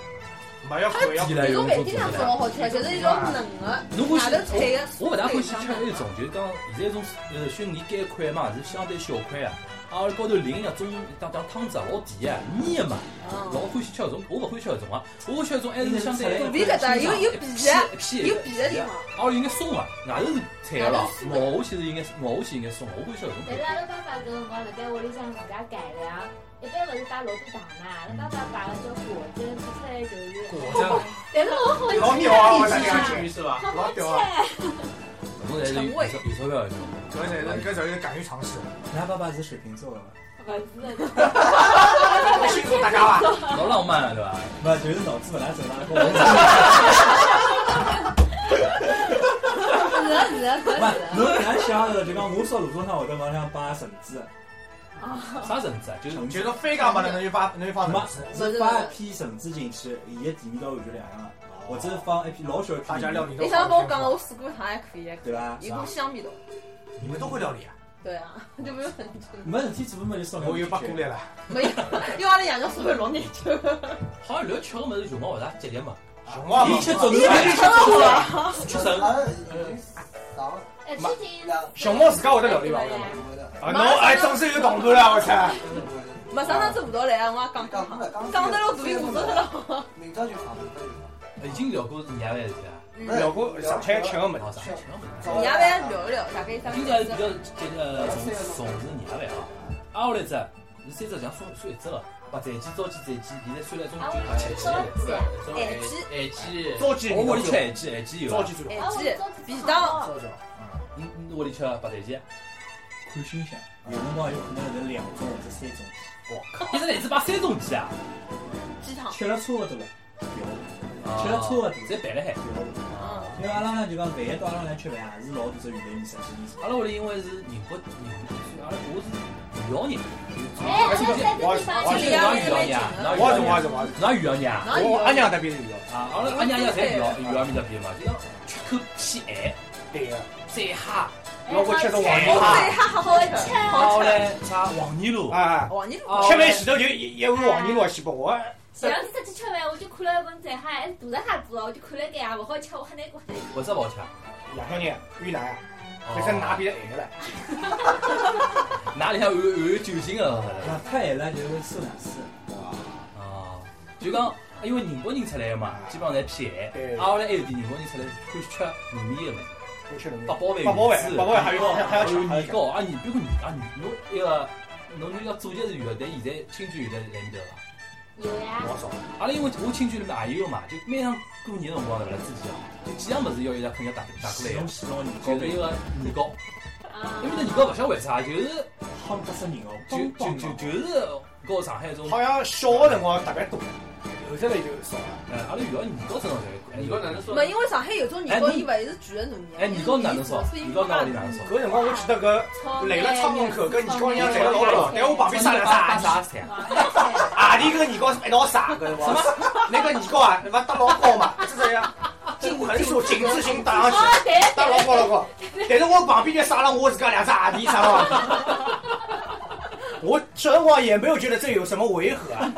没要口要
甜了
搿
有
种
种
饭店上做老好吃的，就是一种嫩的，
侬欢
外头
喜
脆的，
我勿大欢喜吃那种，就是讲现在种呃熏鱼干块嘛，是相对小块啊，啊高头淋一种当当汤汁啊老甜啊，黏嘛，老
嗯，
欢喜吃搿种，我勿欢喜吃搿种啊，我欢喜吃搿种还是相对
肚皮搿搭有有皮
皮
的，
皮
有皮的地方，
哦，应该松啊，外头是脆的了，咬下去是应该咬下去应该松的，我欢喜吃搿种
但是阿拉爸爸搿辰光辣盖屋里向自家改良，一般勿是摆萝卜糖嘛，阿拉爸爸摆个叫果汁，吃出来就是。
果汁，
但是我好喜
老
欢
妙啊！我
吃
啥地方
啊，
去？
是伐？
好
老
好吃
屌啊！
搿种侪是有有钞有钞票的种。
搿才是搿才是敢于尝试。
㑚爸爸是水瓶座的嘛？
勿是，
辛苦大家伐？
老浪漫了对伐？
勿就是脑子勿大正常，
是啊是啊是啊
勿，侬哪想的？就讲我烧炉灶上会得往上摆绳子，
啥绳子啊？就是
绳
就
子，
是非讲嘛，侬就放侬就放么子，
是摆一批绳子进去，伊个底面到完全两样了，或者放一批老小一批
大家料
的，
理都。
你想帮我讲，我试过糖还可以，
对伐？
有股香味道，
你们都会料理啊？
对啊， 就没有很
没事体做嘛就烧
我又
两
把
圈
过来了。
没有，因为阿拉爷娘是会老难吃，
好像聊吃个物事熊猫勿大吉利嘛，
熊猫
一
嘛，
吃走路啊，
吃绳。
阿拉已经上了
哎，最近
两
熊猫自家会得料理伐？会得吗？
回的，
啊，侬哎，总算有动作了，我
哎
操！
没上上次舞蹈来啊，我也讲过哈，讲得了肚皮饿着了，
明朝就上，明朝就上。
已经聊过年饭事体啊，
聊过上海吃个物
好
事，
啥吃个物事。
年饭聊一聊，大概一三
今朝比较这个重重视年饭啊。挨下来只是三只像算算一只个，把斩鸡、糟鸡、斩鸡，现在算来种就八七七个。
海海鲜，
糟鸡，
我屋里吃海鸡，海鸡有
糟
啊。
鸡最好。
哎
哦
鸡便当，
糟鸡，
你你屋里吃八斩鸡？
看心想，有辰光有可能是两种或者三种，
一只来子摆三种鸡啊？
鸡
哦
汤，
吃了差勿多了，
吃
吃了差勿多了。
侪摆辣海。
嗯，
因为阿拉呢就讲，饭一到阿拉来吃饭啊，是老多只鱼类面食，几面食。
阿拉屋里因为是宁波宁波，阿拉我是辽宁，
哎，我在这地方
而
这
且是
里要
哪
是
渔
蛮
阳
近
人，
的，
我是我是我是，
哪渔阳人啊？
哪
我阿
有？
娘那边是有的，
啊，阿拉阿娘爷侪辽渔阳面搭边嘛，就讲吃口鲜海，
对个，
再哈，
老我吃个黄
哦，
牛
哎
啊，
对，还好好吃，
好
好吃，
嘞啥黄泥路，
啊，
黄
哦
泥路，
吃完前头就一一碗黄牛肉去拨我，
前两天出去吃饭，我就看了一本在哈，还是大闸蟹做的，我就看了眼也勿好吃，我很难过。
或者勿好吃。
两小人越南啊，
哦
这是哪边的咸个了？
哪里向有有酒精啊？
那太咸了就是受难死。
啊，就讲因为宁波人出来个嘛，基本上侪偏咸。阿拉还有点宁波人出来欢喜吃糯米个物事。
我吃
八
了，
宝饭、
八宝
鱼
饭，
翅
八宝饭还有还要
还有年
吃，
糕啊，年，比如讲年啊，年侬那个侬侬要祖籍是有的，但现在亲眷有的来面头伐？
有呀，
老少，
阿拉因为我亲眷里面也有嘛，就每趟过年辰光对勿啦，自己啊，就几样物事要伊拉肯定要打打过来
侬
个，
死侬年糕
就是一个年糕，
啊
因为那年糕勿晓得为啥，就是
夯不死人哦，
就就就就是搞上海一种
好像小个辰光特别多，
后
后头来就少了。
呃，阿拉遇到年糕真的侪，
你讲哪能说？
没，因为上海有种年糕，伊勿是全是南
哎，
洋，
年糕哪能烧？年糕哪里哪能烧？
搿辰光我记得搿
炒
来了窗门口，搿年糕娘来了老
老
老，但我旁边啥人啥
啥
啥
啥菜啊？
阿弟搿年糕是一道啥搿辰光，那个年糕啊，勿搭老高 嘛，是这样，横竖井字形搭上去。
哦，对
打老高老高，但是我旁边就杀了我自家两只阿弟，啥嘛？ 我这辰光也没有觉得这有什么违和啊，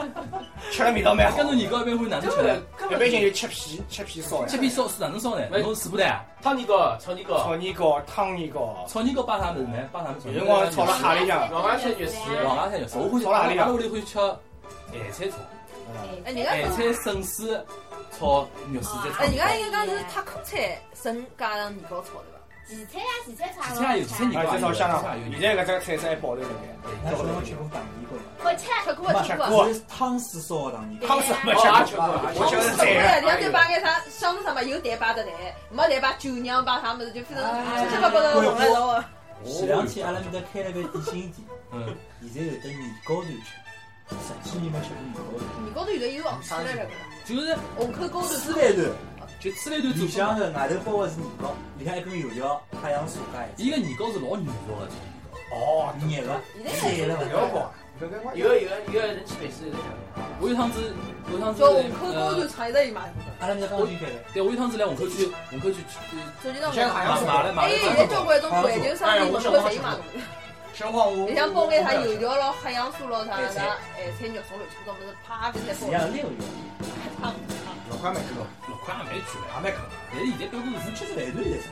吃了味道蛮好
搿。种年糕一般会哪能吃呢？
一般性就吃皮，吃皮烧呀，
这边烧是哪能烧呢？
喂
侬是不的啊？
汤年糕、炒年糕
炒，年糕、汤年糕，
炒年糕摆啥物事呢？摆啥物事？
有辰光炒了
蟹，
哈里向，
老外吃肉丝，
老鸭菜肉丝。我欢喜
炒了蟹里
阿拉
向
屋里欢喜吃咸菜炒，
哎，人家
咸
说
菜笋丝炒肉丝再炒
哎，人
年
家
糕。
应该是太空菜剩加上年糕炒对伐？
荠菜呀，荠菜啥
荠菜有荠菜
啊，再炒香肠。现在搿只菜色还保留辣
那小辰光
盖
吃，过糖泥糕伐？
我吃
吃过吃
吃
过，
过
这是汤水烧的糖泥糕。
汤是哎没
哦
吃
也
过，
吃过，
我吃的是
吃过呀，
菜
人家就摆眼啥香肠啥嘛，有蛋摆的蛋，没蛋摆酒酿摆啥么子，就反正七七八八的弄来弄的。
前两天阿拉面搭开了个点心店，
嗯，
现在有得年糕团吃，十几年没吃过年糕团。
面高头有的有红起来了，
就是
虹口高头
四川团，
就吃了一段
里
做
向
法。
的外头包的是年糕，里向一根油条，太阳薯加一
伊个年糕是老软糯的，
哦，
热个，
现在
不要搞，搿搿
有个有个有个人去北市在讲，
我有趟子，我有趟子
叫虹口高头
呃，
厂一直有卖，
阿拉面搭刚进开的。
对，我有趟子来虹口区，虹口区去
手机上
像
买。
海
买
洋
买了买
还有
哎
现在交
了。
关种怀旧商品，门口侪有卖。
辰光我
里向包眼啥油条咯、黑洋酥咯啥啥，咸菜肉松、乱七八糟，不是啪给
是
侪包。
样六月，
六块蛮贵个，
六块也蛮贵了，
也蛮贵，
但是现在标准是
就是排队的噻。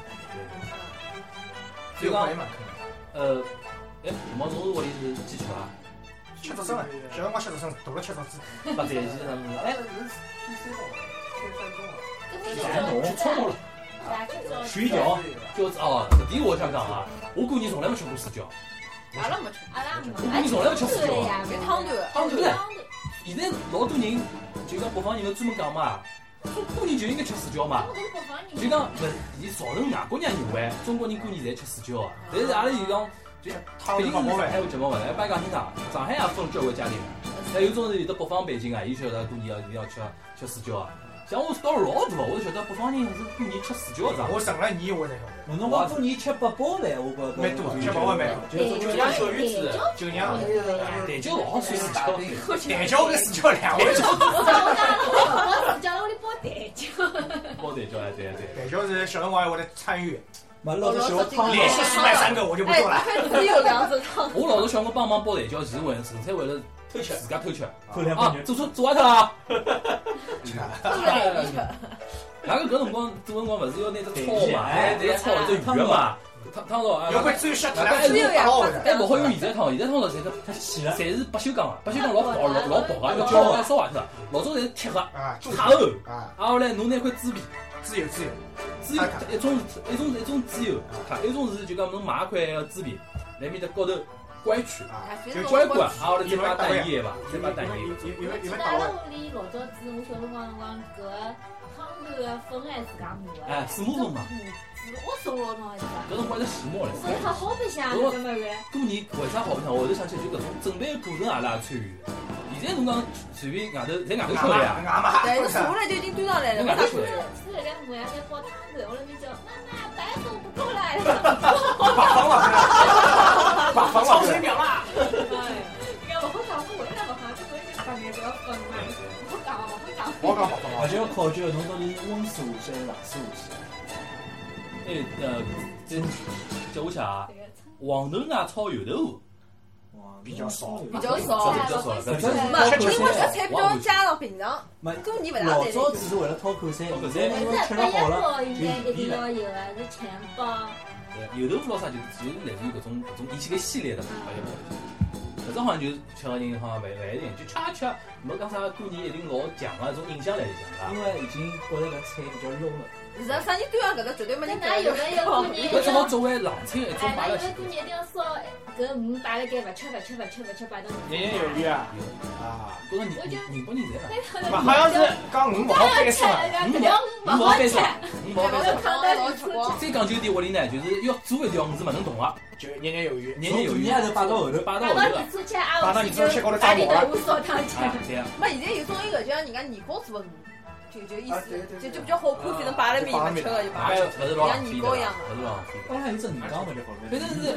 就
六
讲
块也蛮贵。
呃，哎，毛总屋里是鸡翅啊，
吃竹笋啊，小辰光吃竹笋，大了吃竹子。
白斩鸡啥么子？
哎，是去山东，去山东啊，
去冲了，水饺，
饺子哦，搿点我想讲啊，我过年从来没吃过水饺，
阿拉没吃，
阿拉没，
就汤团。
当然了，现在老多人就讲北方人专门讲嘛，说过年就应该吃水饺嘛。就讲勿，伊造成外国人认为中国人过年侪吃水饺啊，但是阿拉就讲，
汤
毕竟
里放
是
包
上海话节目勿来，
饭，
帮伊讲清爽，上海也分交关家庭的，那有种是有的北方背景啊，伊晓得过年要一定要吃吃水饺啊。像我到老大，我就晓得北方人是过年吃水饺的。
我成了你我才晓得。
我侬讲过年吃八宝饭，我觉着
对，
就像小鱼子，
就像
蛋饺老好算水饺，
蛋饺跟水饺两回事，
我叫屋里包蛋饺，
包蛋饺啊，对对。
蛋饺是小辰光我得参与，
嘛老早小汤
连续失败三个我就不
哎，
做
你
了。
看只有两只汤。
我老早小辰光帮忙包蛋饺，是为纯粹为了
偷吃。
自家偷吃
口粮
啊，做错做坏脱啊！ 哪个搿辰光做辰光勿是要拿只抄嘛，
哎
拿只抄一只鱼的嘛，烫烫到啊。
要怪最杀特两
只有
打
两
老
只
回来。
但勿好用现在烫，现在烫了侪
它起了，
是侪是不锈钢啊，不锈钢老薄老老薄啊，要胶啊烧坏脱啊。老早侪是铁的，
啊，
太厚。
啊，
啊后来侬拿块纸皮，
自由自由，
纸皮一种是一种是一种纸油，它一种是就讲侬买一块纸皮，来面搭高头拐曲
啊，就
拐拐，啊后来再把蛋液吧，再把蛋液。
有有
记
有
得
没
阿
打
拉
完？
屋里老早子，我小辰光辰光搿汤头的粉还自家磨的，
哎，水磨粉嘛，
我从老早就，
搿辰光一直洗毛嘞。
所以还好白相搿么个。
过年为啥好白相？我就想起就搿种准备的啊过程阿拉也参与。现在侬讲随便外头在外头啊吃
俺
的
妈
呀，
俺妈，
但是坐下来就已经端上来了，
在外头
没啥
吃的呀，
是辣盖磨牙在煲汤头，我辣面叫妈妈白走不过来了，
把房了，把房了，水表啦。
哎，你看我会讲不会那么好，就会就讲你不要分嘛，嗯不讲不会讲。
我讲把房
而且要考究侬到底是温水下去还是冷水下去。
哎呃，再接下去啊，黄豆芽炒油豆腐，
哇，
比较
这
少。
比较少，搿比较少。
嘛，因为搿菜比较家常平常，过年勿大
老
在
早只是为了讨口塞，现在因为
是
吃
不
了好
要
了，
我应该一定要有的是钱包，
油豆腐老啥啊就就是类似于搿种搿种一系列系列的嘛，勿一样。搿种好像就是吃个人好像勿勿一定，就吃也吃，啊没讲啥过年一定老强个一种印象来里向，是吧？啊
因为已经觉得搿菜比较 low 了，
现在啥人端上搿个绝对没
那
人
哪
端
有
有
没有过年一定
搿只好
要？
作为冷清一种
哎，
摆辣
那有
一起
没有。过年一定要烧搿五摆辣盖，勿吃勿吃勿吃勿吃摆到
年年有余啊啊！
搿哎个宁宁波人侪来，
那
嘛好像是讲五勿好翻身啊，
搿条
五
勿
毛
好
翻
吃
身，，五毛翻身。
扛得老结棍。
再讲究点屋里呢，就是要做一条鱼是勿能动个，
就年年有余。
啊年年有余，
从年头摆到后头
摆到后
摆
头
到
个
你。车去，啊，
摆到
我
你
去
车去
就
高头
把
炸
你
毛
的
了
五烧汤吃。
啊，对啊，
没，现在有种伊搿就像人家年糕做个鱼，就就意
啊
思
对对
就
对
就比较好看，反正摆辣面勿吃个就
大
摆
概
了。
勿是老浪费的，勿是老浪费的。
当然有只鱼缸勿就好了。
反正是因为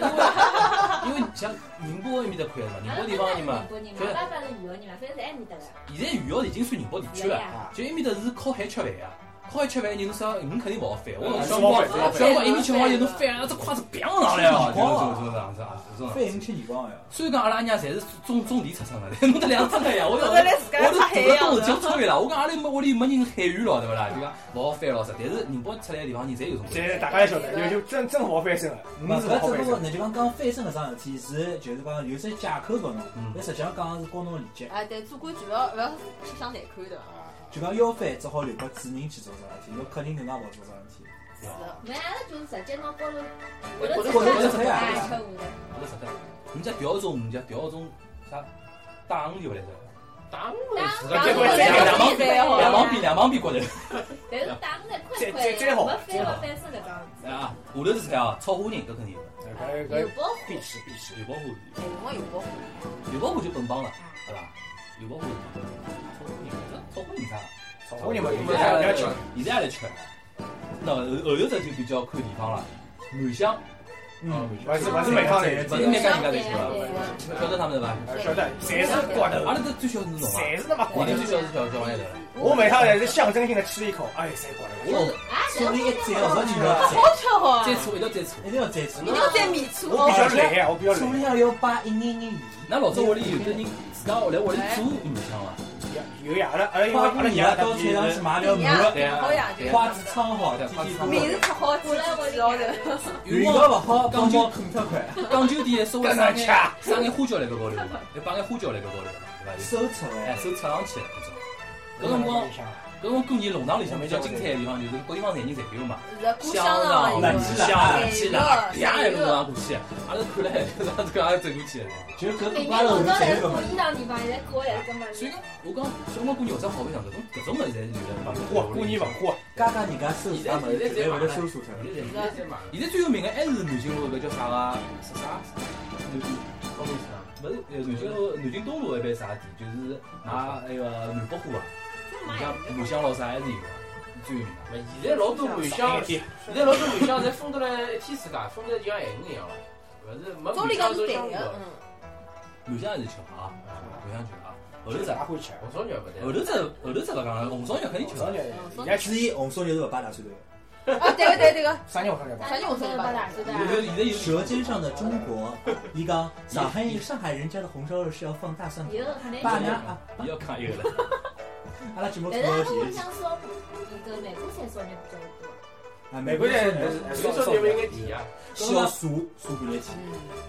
因为像宁波埃面搭块嘛，宁波地方人嘛，
宁波人嘛，
对
爸爸是余姚人嘛，反正是埃面搭个。
现在余姚已经算宁波地区
哎对
了，
呀，
就埃面搭是靠海吃饭呀。靠海吃饭，人侬啥鱼肯定勿好翻。我
嗯
小
是
辰
勿好
光
翻是勿好
小辰光埃面吃好以后，侬翻啊，只筷子砰上来哦，就是就是这样子啊，就是这样
翻鱼吃鱼缸呀，
虽然讲阿拉阿娘侪是种种地出身的，但侬得两真个呀，我讲
后来自
我
家
都
出
大
海
个
洋
东
了，
江出来了，我讲阿拉没屋里没人海鱼咯，对勿啦？就讲勿好翻咯啥，但是宁波出来的地方人侪有种规矩。
这大家也晓得，就就真真勿好翻身了，
没
五是勿好翻
搿只不过
身。
呢，就讲讲翻身搿桩事体是就是讲有只借口拨侬
嗯，
但实际上讲是教侬理解，
哎，对，做规矩勿要勿要吃相难看对伐？
就讲要翻只好留拨主人去做桩事体，侬客人更加勿做桩事体。
是的，
没，阿拉就是直接拿高头
我觉
高
得
头
我
吃
觉
啊，
得
吃
这个呀
啊吃下头。
我实在，人家调一种，人家调一种啥大鱼就勿来着，
打
打
打
结
果这个两毛
钱才好
两毛币两毛币过来。
但是打不来快
这
快，
这这好这
没翻
好
勿翻身搿桩事。
哎啊，下头是啥啊？炒虾仁搿肯定有，
搿
有
搿
包
必须必须。
油爆虾，
哎，有光有光。
油爆虾就本帮了，对伐？油爆虾，炒虾仁，炒虾仁啥？
草花人嘛，
我
有
们
没
还
有
来
要
吃
吃？，
现在还来吃。那后后头这就比较看地方了，满乡
嗯，
勿是勿是每趟来，
勿是每家人家侪吃了，
对
晓得他们对伐？
晓得，侪是高头
阿，拉这最小是啊侬伐？
侪是他妈高
年龄。
头
最小是小小玩意头。
我每趟来是象征性的吃一口，哎，侪高头。
我
啊，
所以一
这
摘好就要摘，
好吃好啊！
再
一
搓一道再搓。
一定要摘出
定要蘸米醋
我比
哦。
较懒，我比较
醋里
懒。
向要摆一眼眼盐。
那老早屋里有的人自家来屋里做鱼香啊，
有呀，阿拉阿拉因为阿
花
拉
姑
娘
娘
她
到菜场去买了
米
鹅，
呀，好呀，就
花子焯好，天天
米
都
是吃好，
我来我
吃好的。
的。
鱼
有
个
光
勿好，刚好啃脱块，
讲究点，稍微
跟
撒
上
眼
吃
撒眼花椒辣搿高头，要摆眼花椒辣搿高头，对伐？
手出
哎，
来。
手插上去搿种。搿辰光，搿辰光过年弄堂里向比较精彩的地方就是各地方侪人侪有嘛，
是的故
香
乡啊，有
肠、
的
辣
辣
鸡
鸡
辣
辣
辣鸡辣，啪一个弄上过去，阿拉看了还是搿样走过去的。
就搿个
明明
瓜头
我
是
到来是
这个
故意让地方，现在过来根本
所以
是。
讲，我讲小辰光过年有啥好白相，搿种搿种物事侪是有
文
的。
化，过年文化，
加加人家收拾啥物事，侪会得收拾脱。
现在
是的
现在最有名的还是南京路搿叫啥个啥啥？南京高头啥？勿是呃南京路南京东路那边啥地？就是拿那个南北货啊，南香南香老啥还是有的，最有名的。
现在老多晚香，现在老多晚香侪分得来一天自家，分得就像咸鱼一样了，勿是没
照
晚
理讲
香
是
做
对
香
的，
的。
嗯。
南香也是吃啊，南香吃啊。后头啥？
哪会吃？
红烧肉勿
后
对，
头只后头只勿讲了，红烧肉肯定吃
早
了。
点，人家去
所以红烧肉是勿摆大蒜头的。
啊，对个对对个，
啥人我上来吧？
啥叫我说的
八大
有
的？
有现在有
《舌尖上的中国》，一刚上海上海人家的红烧肉是要放大蒜头
有
的。
肯定有
爸。娘啊，
伊要看一个了。
阿拉节目
但
看到
是阿拉
几
屋想烧，那个美国菜烧肉比较多。
啊，
美
美
国
国
人
人
所以说你们应该提啊，
是要数数半日天。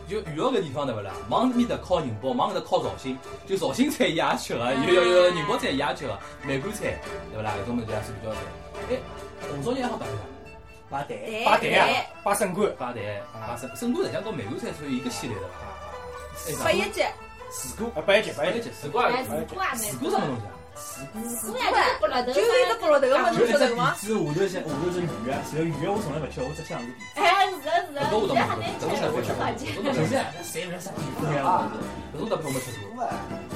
就余姚搿地方对勿啦？忙面搭靠宁波，忙搿搭靠绍兴，就绍兴菜伊也吃个，有有有宁波菜伊也吃个，梅干菜对勿啦？搿种物事也是比较多。哎，红烧肉也好摆啥？
摆蛋，
八蛋啊，八升官
摆蛋，摆笋笋干实际上跟梅干菜属于一个系列的伐？
啊，
哎
八
啥？
一节，
四股啊，白一节白一节，
水
怪
哎，四瓜
水
呢？
果什么东西啊？
四瓜就是不老头
就有一只菠萝头个嘛，
就
侬
一
晓
只
得
鼻
吗？
子下头像下头是鱼啊，然后鱼我从来勿吃，我只吃两个鼻
哎，是的是的，
搿个我倒
现
没
在
吃
还
过，
能吃，
搿
不
种倒没吃过，搿种
子。就
是好吃。
是
倒
谁勿是啥皮肤啊？
搿种倒没吃过。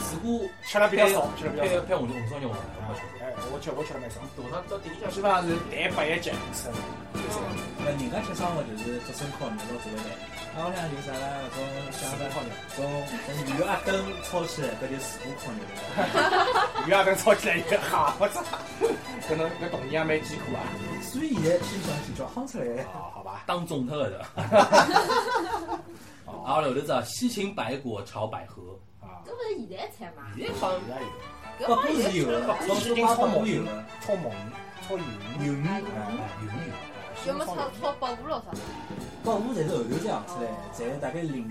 水果
吃了比较少，吃了比较
配
少。
配红红烧肉我没吃过。
哎，我吃我吃了蛮少，
大堂到顶里向
基本上是蛋白一节升，
那人家吃生活就是只身烤肉到做一来。啊，我想有啥啦？种像啥烤肉，种种鱼啊灯炒起来，搿就四股烤肉了。
鱼啊跟炒起来一个哈，我操，可能搿童年也蛮艰苦啊。
所以现在身上体重夯出来了。
好好吧，
当肿特 的。啊，后头只啊西芹白果炒百合，
啊，
搿勿是现在菜嘛？
现在放
现在有
搿
北
帮
部是
有
有的，
北
广
部是
州
有的
八部有的，
炒鳟鱼，炒鱿鱼，
有鱼，
哎有没有？
要么炒炒保护咯啥？
保护侪是后头才养出来，侪是大概零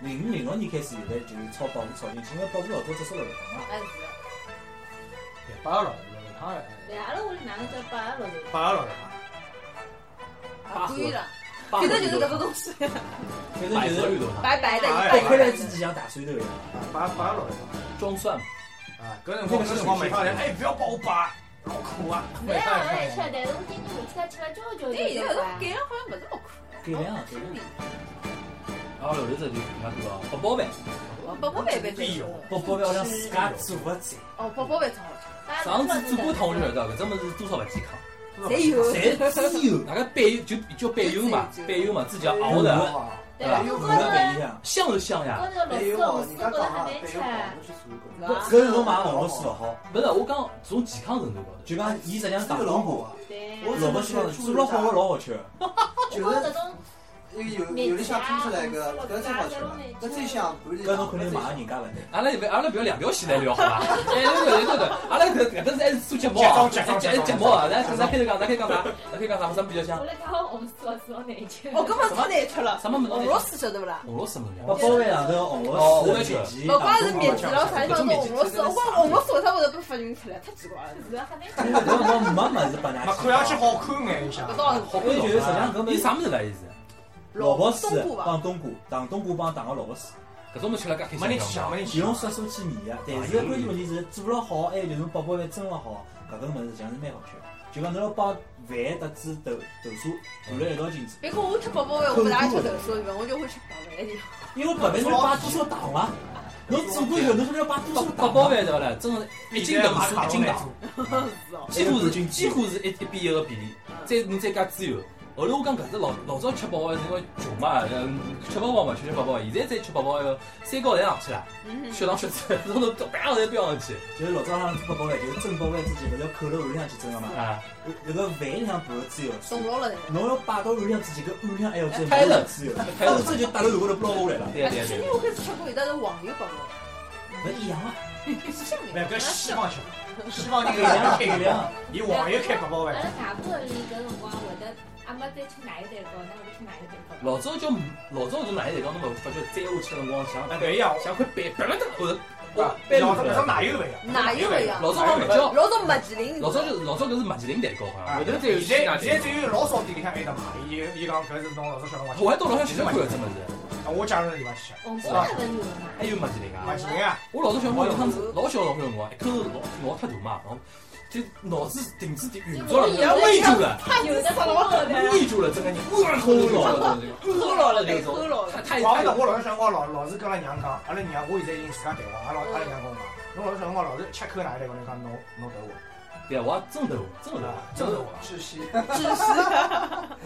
零五零六年开始有的，就是炒保护炒进去，因为保护老早只收入勿同嘛。
哎是的，
别摆了，汤了，
对，阿拉屋里哪能叫八个老头？
摆了老头，
啊可以了，
摆
反正就是搿个东西，
反
白
正就
色绿
是
豆汤，
白白的一
掰
块
开
一块
来
的
自。己像大蒜头一样。
摆摆老头
装蒜
啊！搿辰光搿辰光每趟人哎不要帮我摆，老苦啊！
没有，我也吃，但是我今年下去吃了交交
对，有
交
辰
关
光。改了好像勿
改
是老苦，
良啊，
经理，
啊，后头这就人家多少？八宝饭，
哦，宝宝饭饭最
哎呦
好
包包要像自家做的菜，
哦，宝宝饭最好吃，
上次做过汤我就晓得，搿只物事多少勿健康。
侪有。
侪自由。
大家板油就就板油嘛，板油嘛，自己要熬的，
对吧？
有
我
可
觉
能
着
不一样。
香是香呀。
我觉着老
没
师
有
老
啊，人
师觉
家
得
讲
还
啊，
蛮
没
吃
有。啊，我去查过。
是吧
搿是侬买俄罗斯勿好，
不是，我讲从健康程度高头，
就讲伊质量大
老
萝
好
卜，
啊，
对，
我
萝卜丝做了好的老好吃。
我觉着搿种
有有有里向听出来个，搿最好吃了，搿最香，不是
搿侬肯定买人家勿对。
阿拉阿拉不要两条线来聊好 伐？哎，对对对对，阿拉搿搿都是还是做节目啊，节节目啊，咱咱开头讲，咱开头讲啥？咱开头讲啥？啥比较
我
香？
来讲我们老师老难吃。
哦，搿么太难吃了，
什么物事
红螺丝晓得勿啦？
俄罗斯物事？
我包饭上头红螺丝、里脊，
勿光是面子
啊
咯，啥地方都红螺丝，我光红螺丝为啥会得被发明出来？太奇怪了。
是啊，还蛮
搿辰光没物事拨
那看
㑚
上去好看眼，你想
勿？到
好
我觉得实际上搿物
伊
事
啥物事来意思？
萝卜丝
冬瓜伐？
帮冬瓜，糖冬瓜帮糖个萝卜丝，
搿种物事吃了介
没
开
人去
心
想，没人去
伊用
想。
色素去弥合，但是关键问题是做了好，还有就是侬包包饭蒸了好，啊搿个物事实际上是蛮好吃的。就讲侬要帮饭搭子豆豆沙拌辣一道进去，
别过我吃宝宝饭，我不大吃豆沙饭，我就会吃白饭的。
因为白饭侬要摆多少糖啊？侬做过以后，侬晓得要摆多少
八
糖
宝
啊？
饭对勿啦？真的，一斤豆腐一斤糖，
是哦，
几乎是几乎是一一比一个比例。再侬再加猪油。后来我讲搿是老老早吃饱个，因为穷嘛，嗯吃饱饱嘛，吃吃饱饱。现在再吃饱饱个，三高侪上去了，
嗯，
血糖血脂，从头到半夜侪飙上去
就是老早上做包包饭，就是蒸包饭之前，勿是要扣辣碗里向去蒸个嘛？
啊！
搿个饭里向拌个猪油
懂
丝，
牢了。
侬要摆到碗里向之前，搿碗里向还要再
开
满
了
了猪油，
哎开了
到这就搭辣头高头飘下来了，
对对
去
对
年。我开始吃过，有的是黄油宝宝，
哎
勿一样啊！
香
那
面。
搿西方吃，西方人搿
改良
样
啊
开
改
个
良
量，
啊，
伊黄油开八宝
阿
哎
饭，
拉外婆屋里搿辰光会得，阿妈再吃奶油蛋糕，那会吃奶油蛋糕。
老早叫老早是哪一代？讲侬勿发觉摘下去的辰光像
哎，勿一样，
像块板板了的，或者哦
对吧？
板
老
了
早
的
搿种奶油勿一样，
哪有啊个呀？
老早好像勿叫，
老早麦吉林，
老早就是老早搿是麦吉林蛋糕好像，
啊
后头再有
现
西南
在
蛋糕。
现在只有老少店里向有得卖，伊伊讲搿是侬老早小辰光吃。
我还到老乡吃吃看搿只物事，
啊我家人地方去吃，
红包
是吧
还？勿有了嘛？
还有麦吉林啊
买！几个啊？
我老早小辰光有趟子老小老小辰光，一口老老太大嘛，然后就脑子顶子顶晕住了，
就我
喂住了，
有的是老好的。
喂住了，整个人哇抠老了，抠老了那种，太太
我
太
记得我老早小辰光老老是跟阿拉娘讲，阿拉娘我现在已经自家对话，阿拉阿拉娘跟我讲，侬老早小辰光老是吃口奶来，我就讲侬侬等我，啊
对，我真的真的
真的我。
窒息，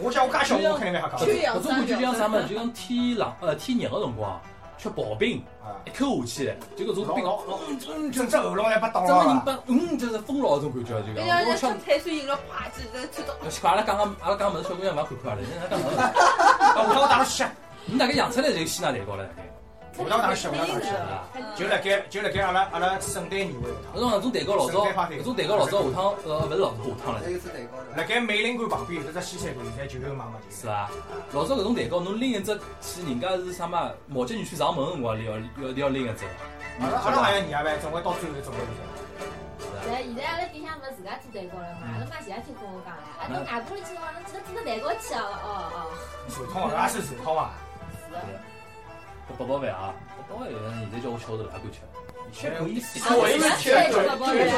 我想我介小我肯定没瞎讲
缺氧
搿种
三
感觉就
秒
像。啥么？就像天冷呃天热个辰光吃刨冰，
啊，
一口下去，就搿种
老
冰
老老，嗯，整只喉咙来被
整
打
个
了
人
啊。
把嗯就是疯了搿种感觉，就
人
讲
家
我
人
吃
吃。碳水饮料，啪叽就吃到。
要去阿拉讲讲，阿拉讲物事，小姑娘勿要看看阿拉，人家讲啥物事？
啊，我当我打去吃，
你大概养出来就是西南蛋糕了，大概。
我当我打去吃，我当我打去
是
吃。
吧？
就辣盖就辣盖阿拉阿拉圣诞年会
搿种搿种蛋糕老早，搿种蛋糕老早下趟呃勿是老早下趟了
还，有只蛋糕
辣
的，
盖美林馆旁边有只西餐馆，现在就有卖嘛，就是啊
伐？老早搿种蛋糕，侬拎一只去，人家是啥嘛？毛巾女去上门辰光，要要要拎一只。
阿拉阿拉还要年夜饭，总归到最后总归是。
是，现在阿拉店向勿是自家做蛋糕了嘛？阿拉妈前两天跟我讲了，阿拉外婆里去讲，侬记得做个蛋糕去哦哦哦。
传统啊，也是传统啊。
搿八宝饭啊，八宝饭现在叫我吃，我都勿大敢吃。
吃
可以
稍
哎
微一吃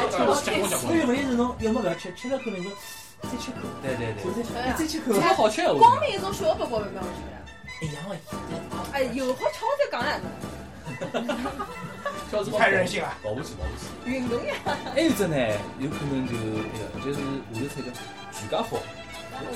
就
所以问题是侬要么勿要吃，吃了可能就再吃口，
对对对，
再再吃口
搿，个好吃我
光明一种小宝宝饭蛮好吃的，
一样个。
啊哎，有好吃我再讲两个。
小辰光
太任性了。
保不起，保不起。
运动呀，
还有一只呢，有可能就那个，就是下头菜叫全呃家福，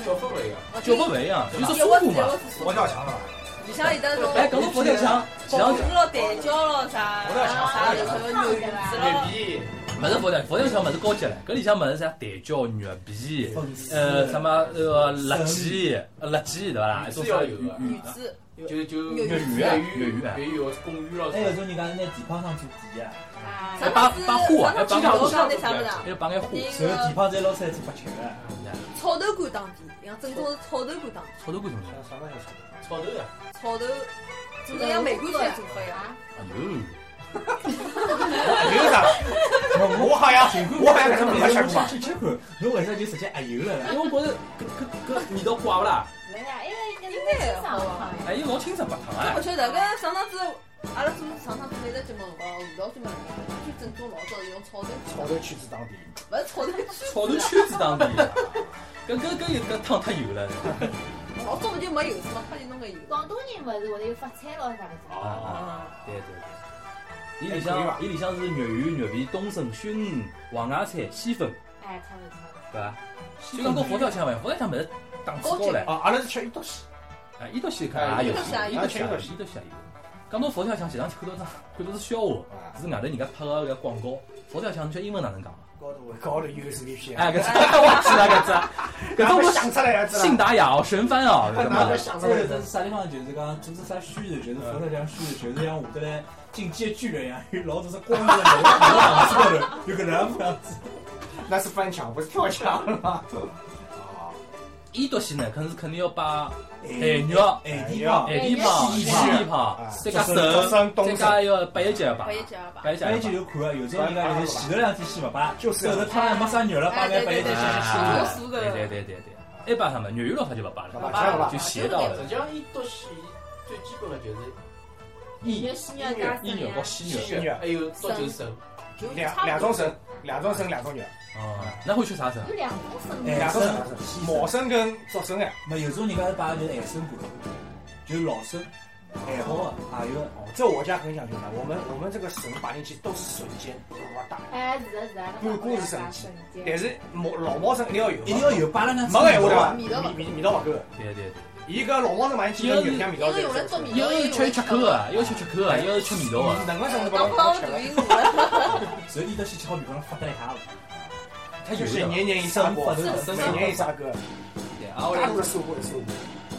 小氛围啊，
叫不勿一样，就是
有
蘑
我
菇嘛。
佛跳 墙了吧？
里向有得种
哎，搿个佛跳墙，
红
像
咯、蛋饺咯啥啥的，什么牛子
月
咯，
皮，
勿是佛跳，佛跳墙物事高级了，搿里向物事啥蛋饺、肉皮，呃，什么呃辣鸡、辣鸡对伐啦？一种啥鱼
女
鱼
子
就就
粤
粤
语
语啊，粤
粤
语啊
粤，语，公寓咯
哎还，有种人家拿地胖上做底啊，
啊
啥
把
么子？
把货
啥么
把货
子？讲那啥么子？
还有摆眼花，
那
然后
个
地胖再捞出来做白啊吃个。
草头干打底，像正宗是草头干打底，
炒头干什么？
啥么子？
草头呀，
草头就是像美国菜做法一样。
哎呦，
有啥？我我嘛呀
尽管？
我好像搿种没
我
吃
想
过
啊
嘛。
哎吃吃看，侬为啥就直接阿油了？
哎因为我觉着搿搿搿味道怪勿啦，
没呀，因为应该
应
是清
该也
爽
好
嘛
啊。
哎，伊老清爽白糖啊
我。晓得，搿上趟子阿拉做上趟子一只节目辰光，吴老师嘛，最正宗老早用炒头，
炒头去子当地，
勿是炒头圈，
炒头圈子当地，搿搿搿有搿汤太油了。
老早勿就没油是嘛，快就弄个油。
广东人勿是会得有发菜咯啥搿种。
啊，对对对。伊里
还可以吧
向伊里向是肉圆、肉皮、冬笋、熏鱼、黄芽菜、鲜粉，
哎，差勿多差勿多。
对伐？就讲跟佛跳墙勿一样，佛跳墙勿是档次高唻。
啊，阿拉是吃一道西，
哎，伊都西看也有，
哎
伊都西也有，伊都西也有。讲到佛跳墙，前两天看到张看到是笑话，是外头人家拍个搿广告。佛跳墙，你晓得英文哪能讲伐？啊
高度位，
高头又是 V P，
哎，搿只 我去了，搿只，搿
我
只
想出来呀，
我
知
信
道？
达雅哦，神翻哦，搿
哎
只
哪
物
会
事。
想出
这
来
个
的
是？啥地方？就是讲做是啥虚的，就是佛跳墙虚的，就是像下头来进阶巨人一样，有老多是光着头，高头有搿能副样子。
那是翻墙，不是跳墙了。啊，
伊都西呢，肯是肯定要把海
哎
肉、
哎，地方，
海底螃、
西
海底
啊
螃，再加
竹
手，
升冬
再
笋，
加要白一节吧
白，一节吧。
白一节
哎就有看啊，有种人家就是前头两天先勿摆，
就是啊
手头汤了没啥肉了，摆在白一
对
点
对
先
对
吃
对
啊
对
了。
是的
对对对对对，一般他们肉圆肉他就勿摆
不
了，
摆了
就
吧
斜到
实
了
际，上，伊到西最基本的就是
肉丝肉加
伊
笋
肉和
呀，
鲜肉。
肉
鲜肉，还有到就是肾。
两两种笋，两种笋，两种肉，
哦，那会吃啥子啊
有？两种笋
哎
嘛。
两种笋，毛
生，
笋跟竹笋哎。
没有种人家是摆就是海参馆，就是老参，海好啊，也有
哦，这我家很讲究的，我们我们这个笋摆进去都是笋尖，哇大。
哎，是的是的，
半
那
锅是
啥
神
神
但
仙？
是毛老毛笋一定要有，
一定要有摆了呢。
没个闲话
味
对
道
吧？
不
味味味道勿够的，
对对对，
伊搿老毛笋买进去有香味
一
道
个
就
用来做
是
一
面条，
个是
一个
吃
用
吃
来
口的，一个是吃口的，一个是吃啊味道的。
能个笋都帮
当不
侬
当
吃
抖
了，
音舞了？
所以伊到先吃好米饭发得一塌糊涂。
它有
就是
的。
年年一杀锅，每年一杀锅，
对啊，我
大
来
陆的收获收获。
吃个侪是芝麻
有门。笋有没有？有门笋。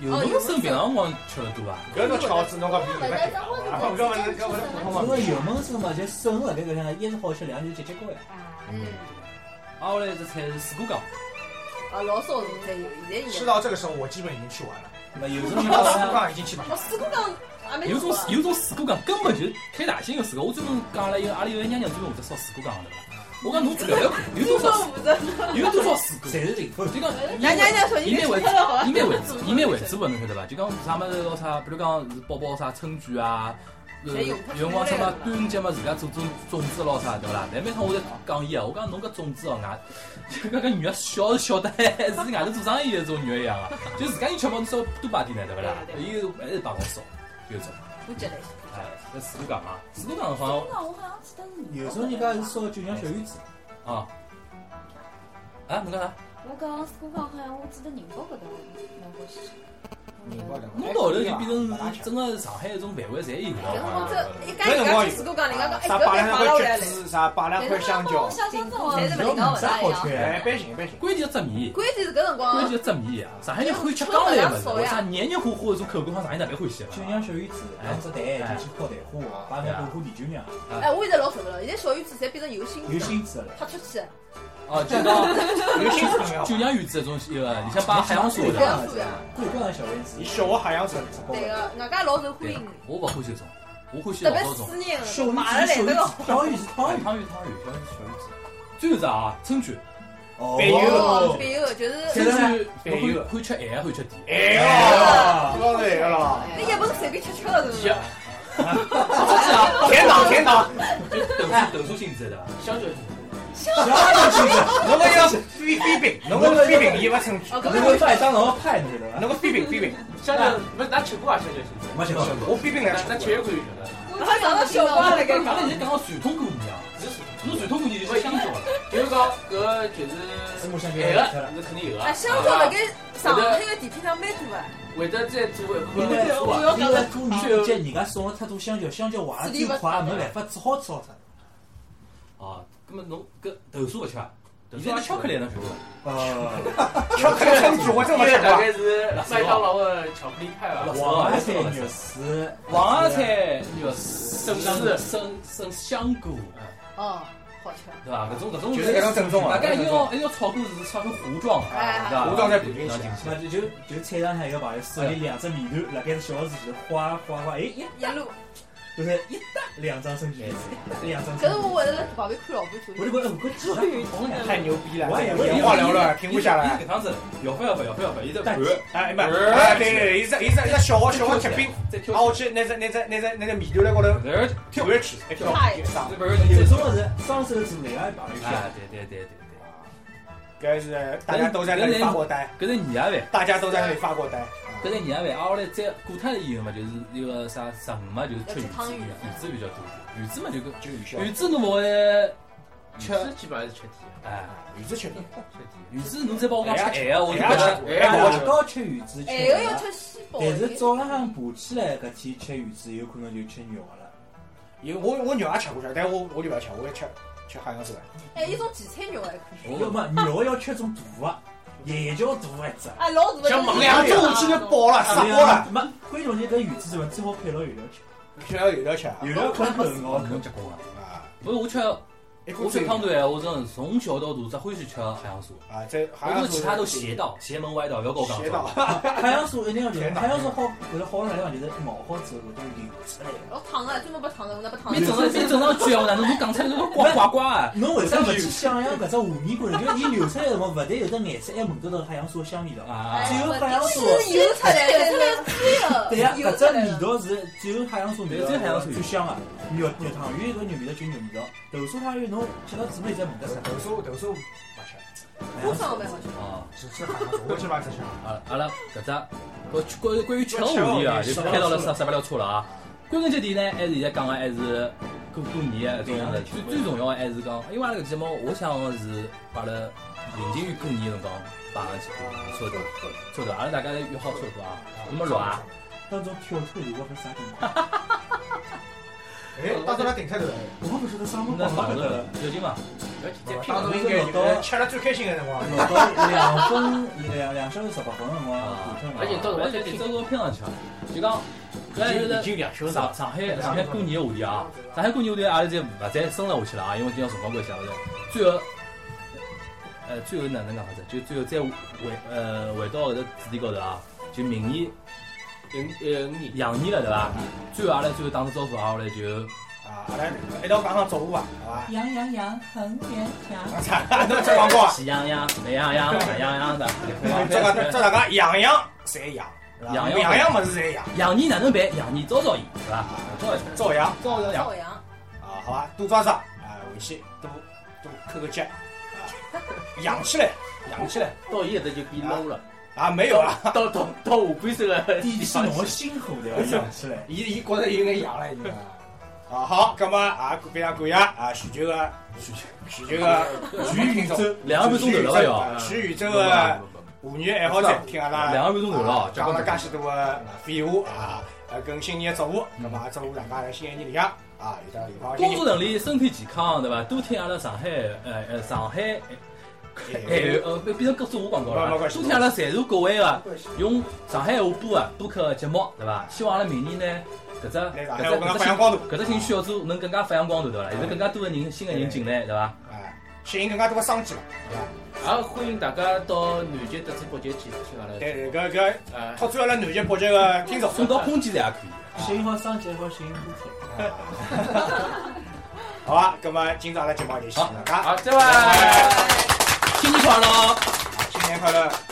有侬生平常辰光吃得多啊？
搿个巧子侬讲比
那
你
不是
们
中国
啊，搿勿是搿勿是普通
因
嘛
为？油焖笋嘛，就笋辣盖搿向，啊一是好吃，两就是节节高呀。
啊，
嗯，
啊，我来只菜是水果糕，
啊，老少人侪有，现在
吃
有。
到这个时候，我基本已经吃完了，
那有种
吃
人
到
家
四
讲，
缸已经去不
我水果讲也蛮
有种
多啊
有种水果糕根本就是开大兴个水果。我专门讲了一个，阿拉有个娘娘专门会得烧水果糕的。我讲侬只聊聊看，有多
中
少
国负责。
有多少水果？
侪是零分。
就讲
娘娘娘说
伊
你
蛮
吃
会
了好
伊蛮会伊蛮会做个，侬晓得伐？就讲啥物事咯啥，比如讲是包包啥春卷啊，呃，有辰光什么端午节嘛，自家做种粽子咯啥，对勿啦？但每趟我在讲伊啊，我讲侬搿粽子哦，外搿个肉小是小得，是外头做生意的种肉一样啊，就自家人吃嘛，侬稍微多摆点呢，对勿啦？伊还是摆老少，有种，
我接嘞，
哎，搿水果讲啊，水果讲好
那我好像记得是
有种人家是烧九酿小丸子，
像啊，啊，侬讲啥？
我讲水果好像我记得宁波搿搭蛮欢喜吃。
侬到后头就变成是整个上海一种范围侪有
搿辰
了。
光哎
啊
这一家人家去水果讲，人家讲哎，
啥
搿个
摆
摆
两块
了下
橘
来嘞。
子，啥摆两块香蕉，
香蕉粽
侪
啊
是
侬
勿
没
能
啥
讲勿
好
大一
吃
样。
哎，
的。
般行般行。
关键要执迷。
关哎键是搿辰光
关，键执迷啊！上海人欢喜吃江南物事，为啥黏黏糊糊的这种口感，好像上海人特别欢喜啊
九酿小丸子，两只蛋进去泡蛋花，摆眼火锅啤酒酿，
哎，我现在老受不了，现在小丸子侪变成有心
有心思了。
拍出去，
哦，就讲
有新朋友
九，酿鱼子这种呃一个，你像把海洋水
不
的，啊
要素呀，
桂冠啊的小丸子
你，小我海洋城，
对啊个，外加老受欢
对啊
迎，，
我勿欢喜这种，我欢喜
哎特
老
别
早种
思念
小
个，
丸
买了
子，
来
小
这
丸子，汤
个
圆是汤圆。
汤圆汤圆，最后是啊，春卷，
哦，
哦，
别个就是
春卷侬会会吃咸，会吃 甜，
哎呀，知道这个了，
那一本随便吃吃了，是吧？
甜糖甜糖，
就豆豆沙性质的，
香蕉是
侬个要飞飞饼，侬个飞饼伊勿称举，
哦，搿
那
个
个麦当劳派，你知道吧？
侬个飞饼飞饼，
香蕉，没是㑚吃过啊？香蕉是
没吃过，
我飞饼来
㑚㑚吃一口就晓得了。
他长得小瓜了，
讲
搿
了
个。
现在讲到传统过年啊，
是水
侬传统过年就是香蕉了，
就是讲搿就是
芝麻香蕉
咸个，是肯定有啊
啊，。香蕉辣盖上海个地皮上蛮多的，
会得再做一部
因
分
为
做啊。
因为过年期间人家送了太多香蕉，香蕉坏了最快，没办法，只好吃好它。
哦，那么侬搿豆沙勿吃啊？现在巧克力能吃伐？
呃，
巧克力称举我真没吃
大
过，
概是麦当劳的巧克力派吧。
黄芽菜、肉丝、
黄芽菜肉丝、生生香菇，
哦，好吃。
对伐？搿种搿种
就是搿种正宗
大
啊，
概一条一条草菇是差不多糊状，
哎
对伐？
糊状再补进去
然后
那就就就菜场上一个朋友手里两只面团，辣盖小勺子前头哗哗哗，哎一
一路
就是一搭两张证据，一搭两张
搿是
证据。
我会得辣旁边看老婆做
我就
事。
觉得，搿几张同呀，
太牛逼了！
我也
这眼花缭乱，停不下
伊
来。
搿趟子要不要不要不要不要，伊在盘，
哎妈！哎，对对对，一只一只一只小号小号铁饼，
再跳
然后我去拿只拿只拿只拿只米头在高头
然后
跳下去，一跳
嗨
就上。
盘
有哎种的是双手做另外一把游
啊对
戏，，
对对对对，
搿是大家都在那里发过呆，
搿是你阿饭，
大家都在那里发过呆。
搿是你阿饭，挨下来再过脱了以后嘛，就是那个啥十五嘛，就是吃
要吃汤
鱼
圆
子，鱼子比较多一点，鱼子嘛就搿
就元宵，
鱼子侬勿会吃，
吃基本上是吃甜，
哎，
鱼子吃的，
吃甜。
鱼子侬再帮我讲吃咸个，我就觉得
哎
哎
老高吃鱼子吃
哎，搿要
的，
吃西宝
但是
的。
早浪向爬起来搿天吃鱼子，有可能就吃肉的了。
有我我肉也吃过去，但我我就勿吃，我要吃吃海洋石板。
哎，一种荠菜肉还可以。
要么肉要吃种大的，也叫大一只。
啊，老大
像
个。
两只下去就饱了，
啥
塞饱了，？
没，关键是搿鱼子是伐？最好配老油料吃，啊
吃了有得吃
油料可能咬
侬
口。
结棍个。
啊！
不是我吃，
一
我吃汤头闲话，真的从小到大只欢喜吃海洋酥，
啊，这
我
海洋
是其他都邪道、邪门歪道，勿要跟我讲
斜道
错。，
海洋酥一定要留，海洋酥好，搿个好的地方就是熬好之后会得流出来。
老烫个，专门拨烫个，那拨烫
你正常
个。
你正常句闲话，哪能啊侬讲出 来侬呱呱呱啊？
侬为啥勿去想象搿只画面感呢？就是伊流出来的辰光，勿但有得颜色，还闻到到海洋酥的香味道。
啊！
哎
只有海洋酥，
是油出来的，呃
对呀，搿只味道是只有海洋酥味道，
只有海洋酥
最香的。肉肉啊汤圆搿肉味道就肉味道，豆沙汤圆侬吃到嘴里才闻得出来。
豆沙豆沙勿吃，
海
多
洋
少
酥
蛮好吃。
哦，
只吃海洋石，我去买只吃。
啊阿阿拉搿只关关关于吃的话题啊，就开到了十十八辆车了啊。归根结底呢，还是现在讲个还是过过年个种样子。最最重要个啊还是讲，因为阿拉搿节目，我想个是把阿拉临近于过年个辰光摆上去过，车头车头，阿拉大家约好车头啊。那么老啊，
当中跳脱如果是啥地方？
哎，到这来顶开头了。
我不晓得啥么
那
搞
房子
的。
要紧嘛？
当中应该就是吃了最开心的辰光。
老到两分两两小时十八分的辰光，
啊
普通，
而且到
我
辰光
还
再
得
听
这个拼上去，就讲，搿就是
经两小
上上海上海过年个话题啊，上海过年话题阿拉就勿再深入下去了啊，因为今朝辰光关系啊，勿是最后，呃，最后哪能讲法子？就最后再回呃回到搿个主题高头啊，就明年
有呃，你
羊年了对伐？最后阿拉最后打声招呼啊，后来就
啊，阿拉一道讲讲作物吧，好吧？
羊羊羊，很绵羊。
我操，侬吃广告啊？
喜羊羊、美羊羊、懒羊羊的，
这个这大家养羊侪养，养羊么子侪养，
羊年哪能办？羊年招招伊是伐？招一招。
照养
招招
朝阳，
啊，好吧？多抓抓啊，回去多多扣个脚啊，养起来，养起来
到伊搿搭就变 low 了，
啊，没有了，
到到到下半身了。
第一是侬的辛苦对伐？养起来。
伊伊觉着应该养了已经啊。啊好，葛么啊非常感谢啊徐州个徐州徐州个徐宇听众，
两个半钟头了伐要？
徐宇州个。妇女爱好者听阿拉
两个半钟头了哦，
啊讲了
讲
介许多个废话啊，呃，跟新年的祝福，那么也祝福大家在新的一年里向啊，有得有方
工
新
作能力、身体健康，对伐？多听阿拉上海，呃呃，上海，哎
年。
呃，变变成各种我广告
没
了。
没关
多
系
听阿拉在座各位个用上海话播个播客个节目，对伐？希望阿拉明年呢，搿只
来哎
搿
上
只
海，我跟
搿
他
只
发
兴
扬光大，
搿只兴趣小组能更加发扬光大，对伐？有更加多个人新个人进来，对伐？
哎，吸引更加多的商机了，对吧？
也欢迎大家到南极特子北极去听阿拉。
对对，搿搿
啊，
拓展阿拉南极北极的听众。
送到空间站也可以。
适应好商机，好适应火车。
好吧，葛么今朝阿拉节目就先到这，
哎
好，再会。
新年快乐！哦
新年快乐！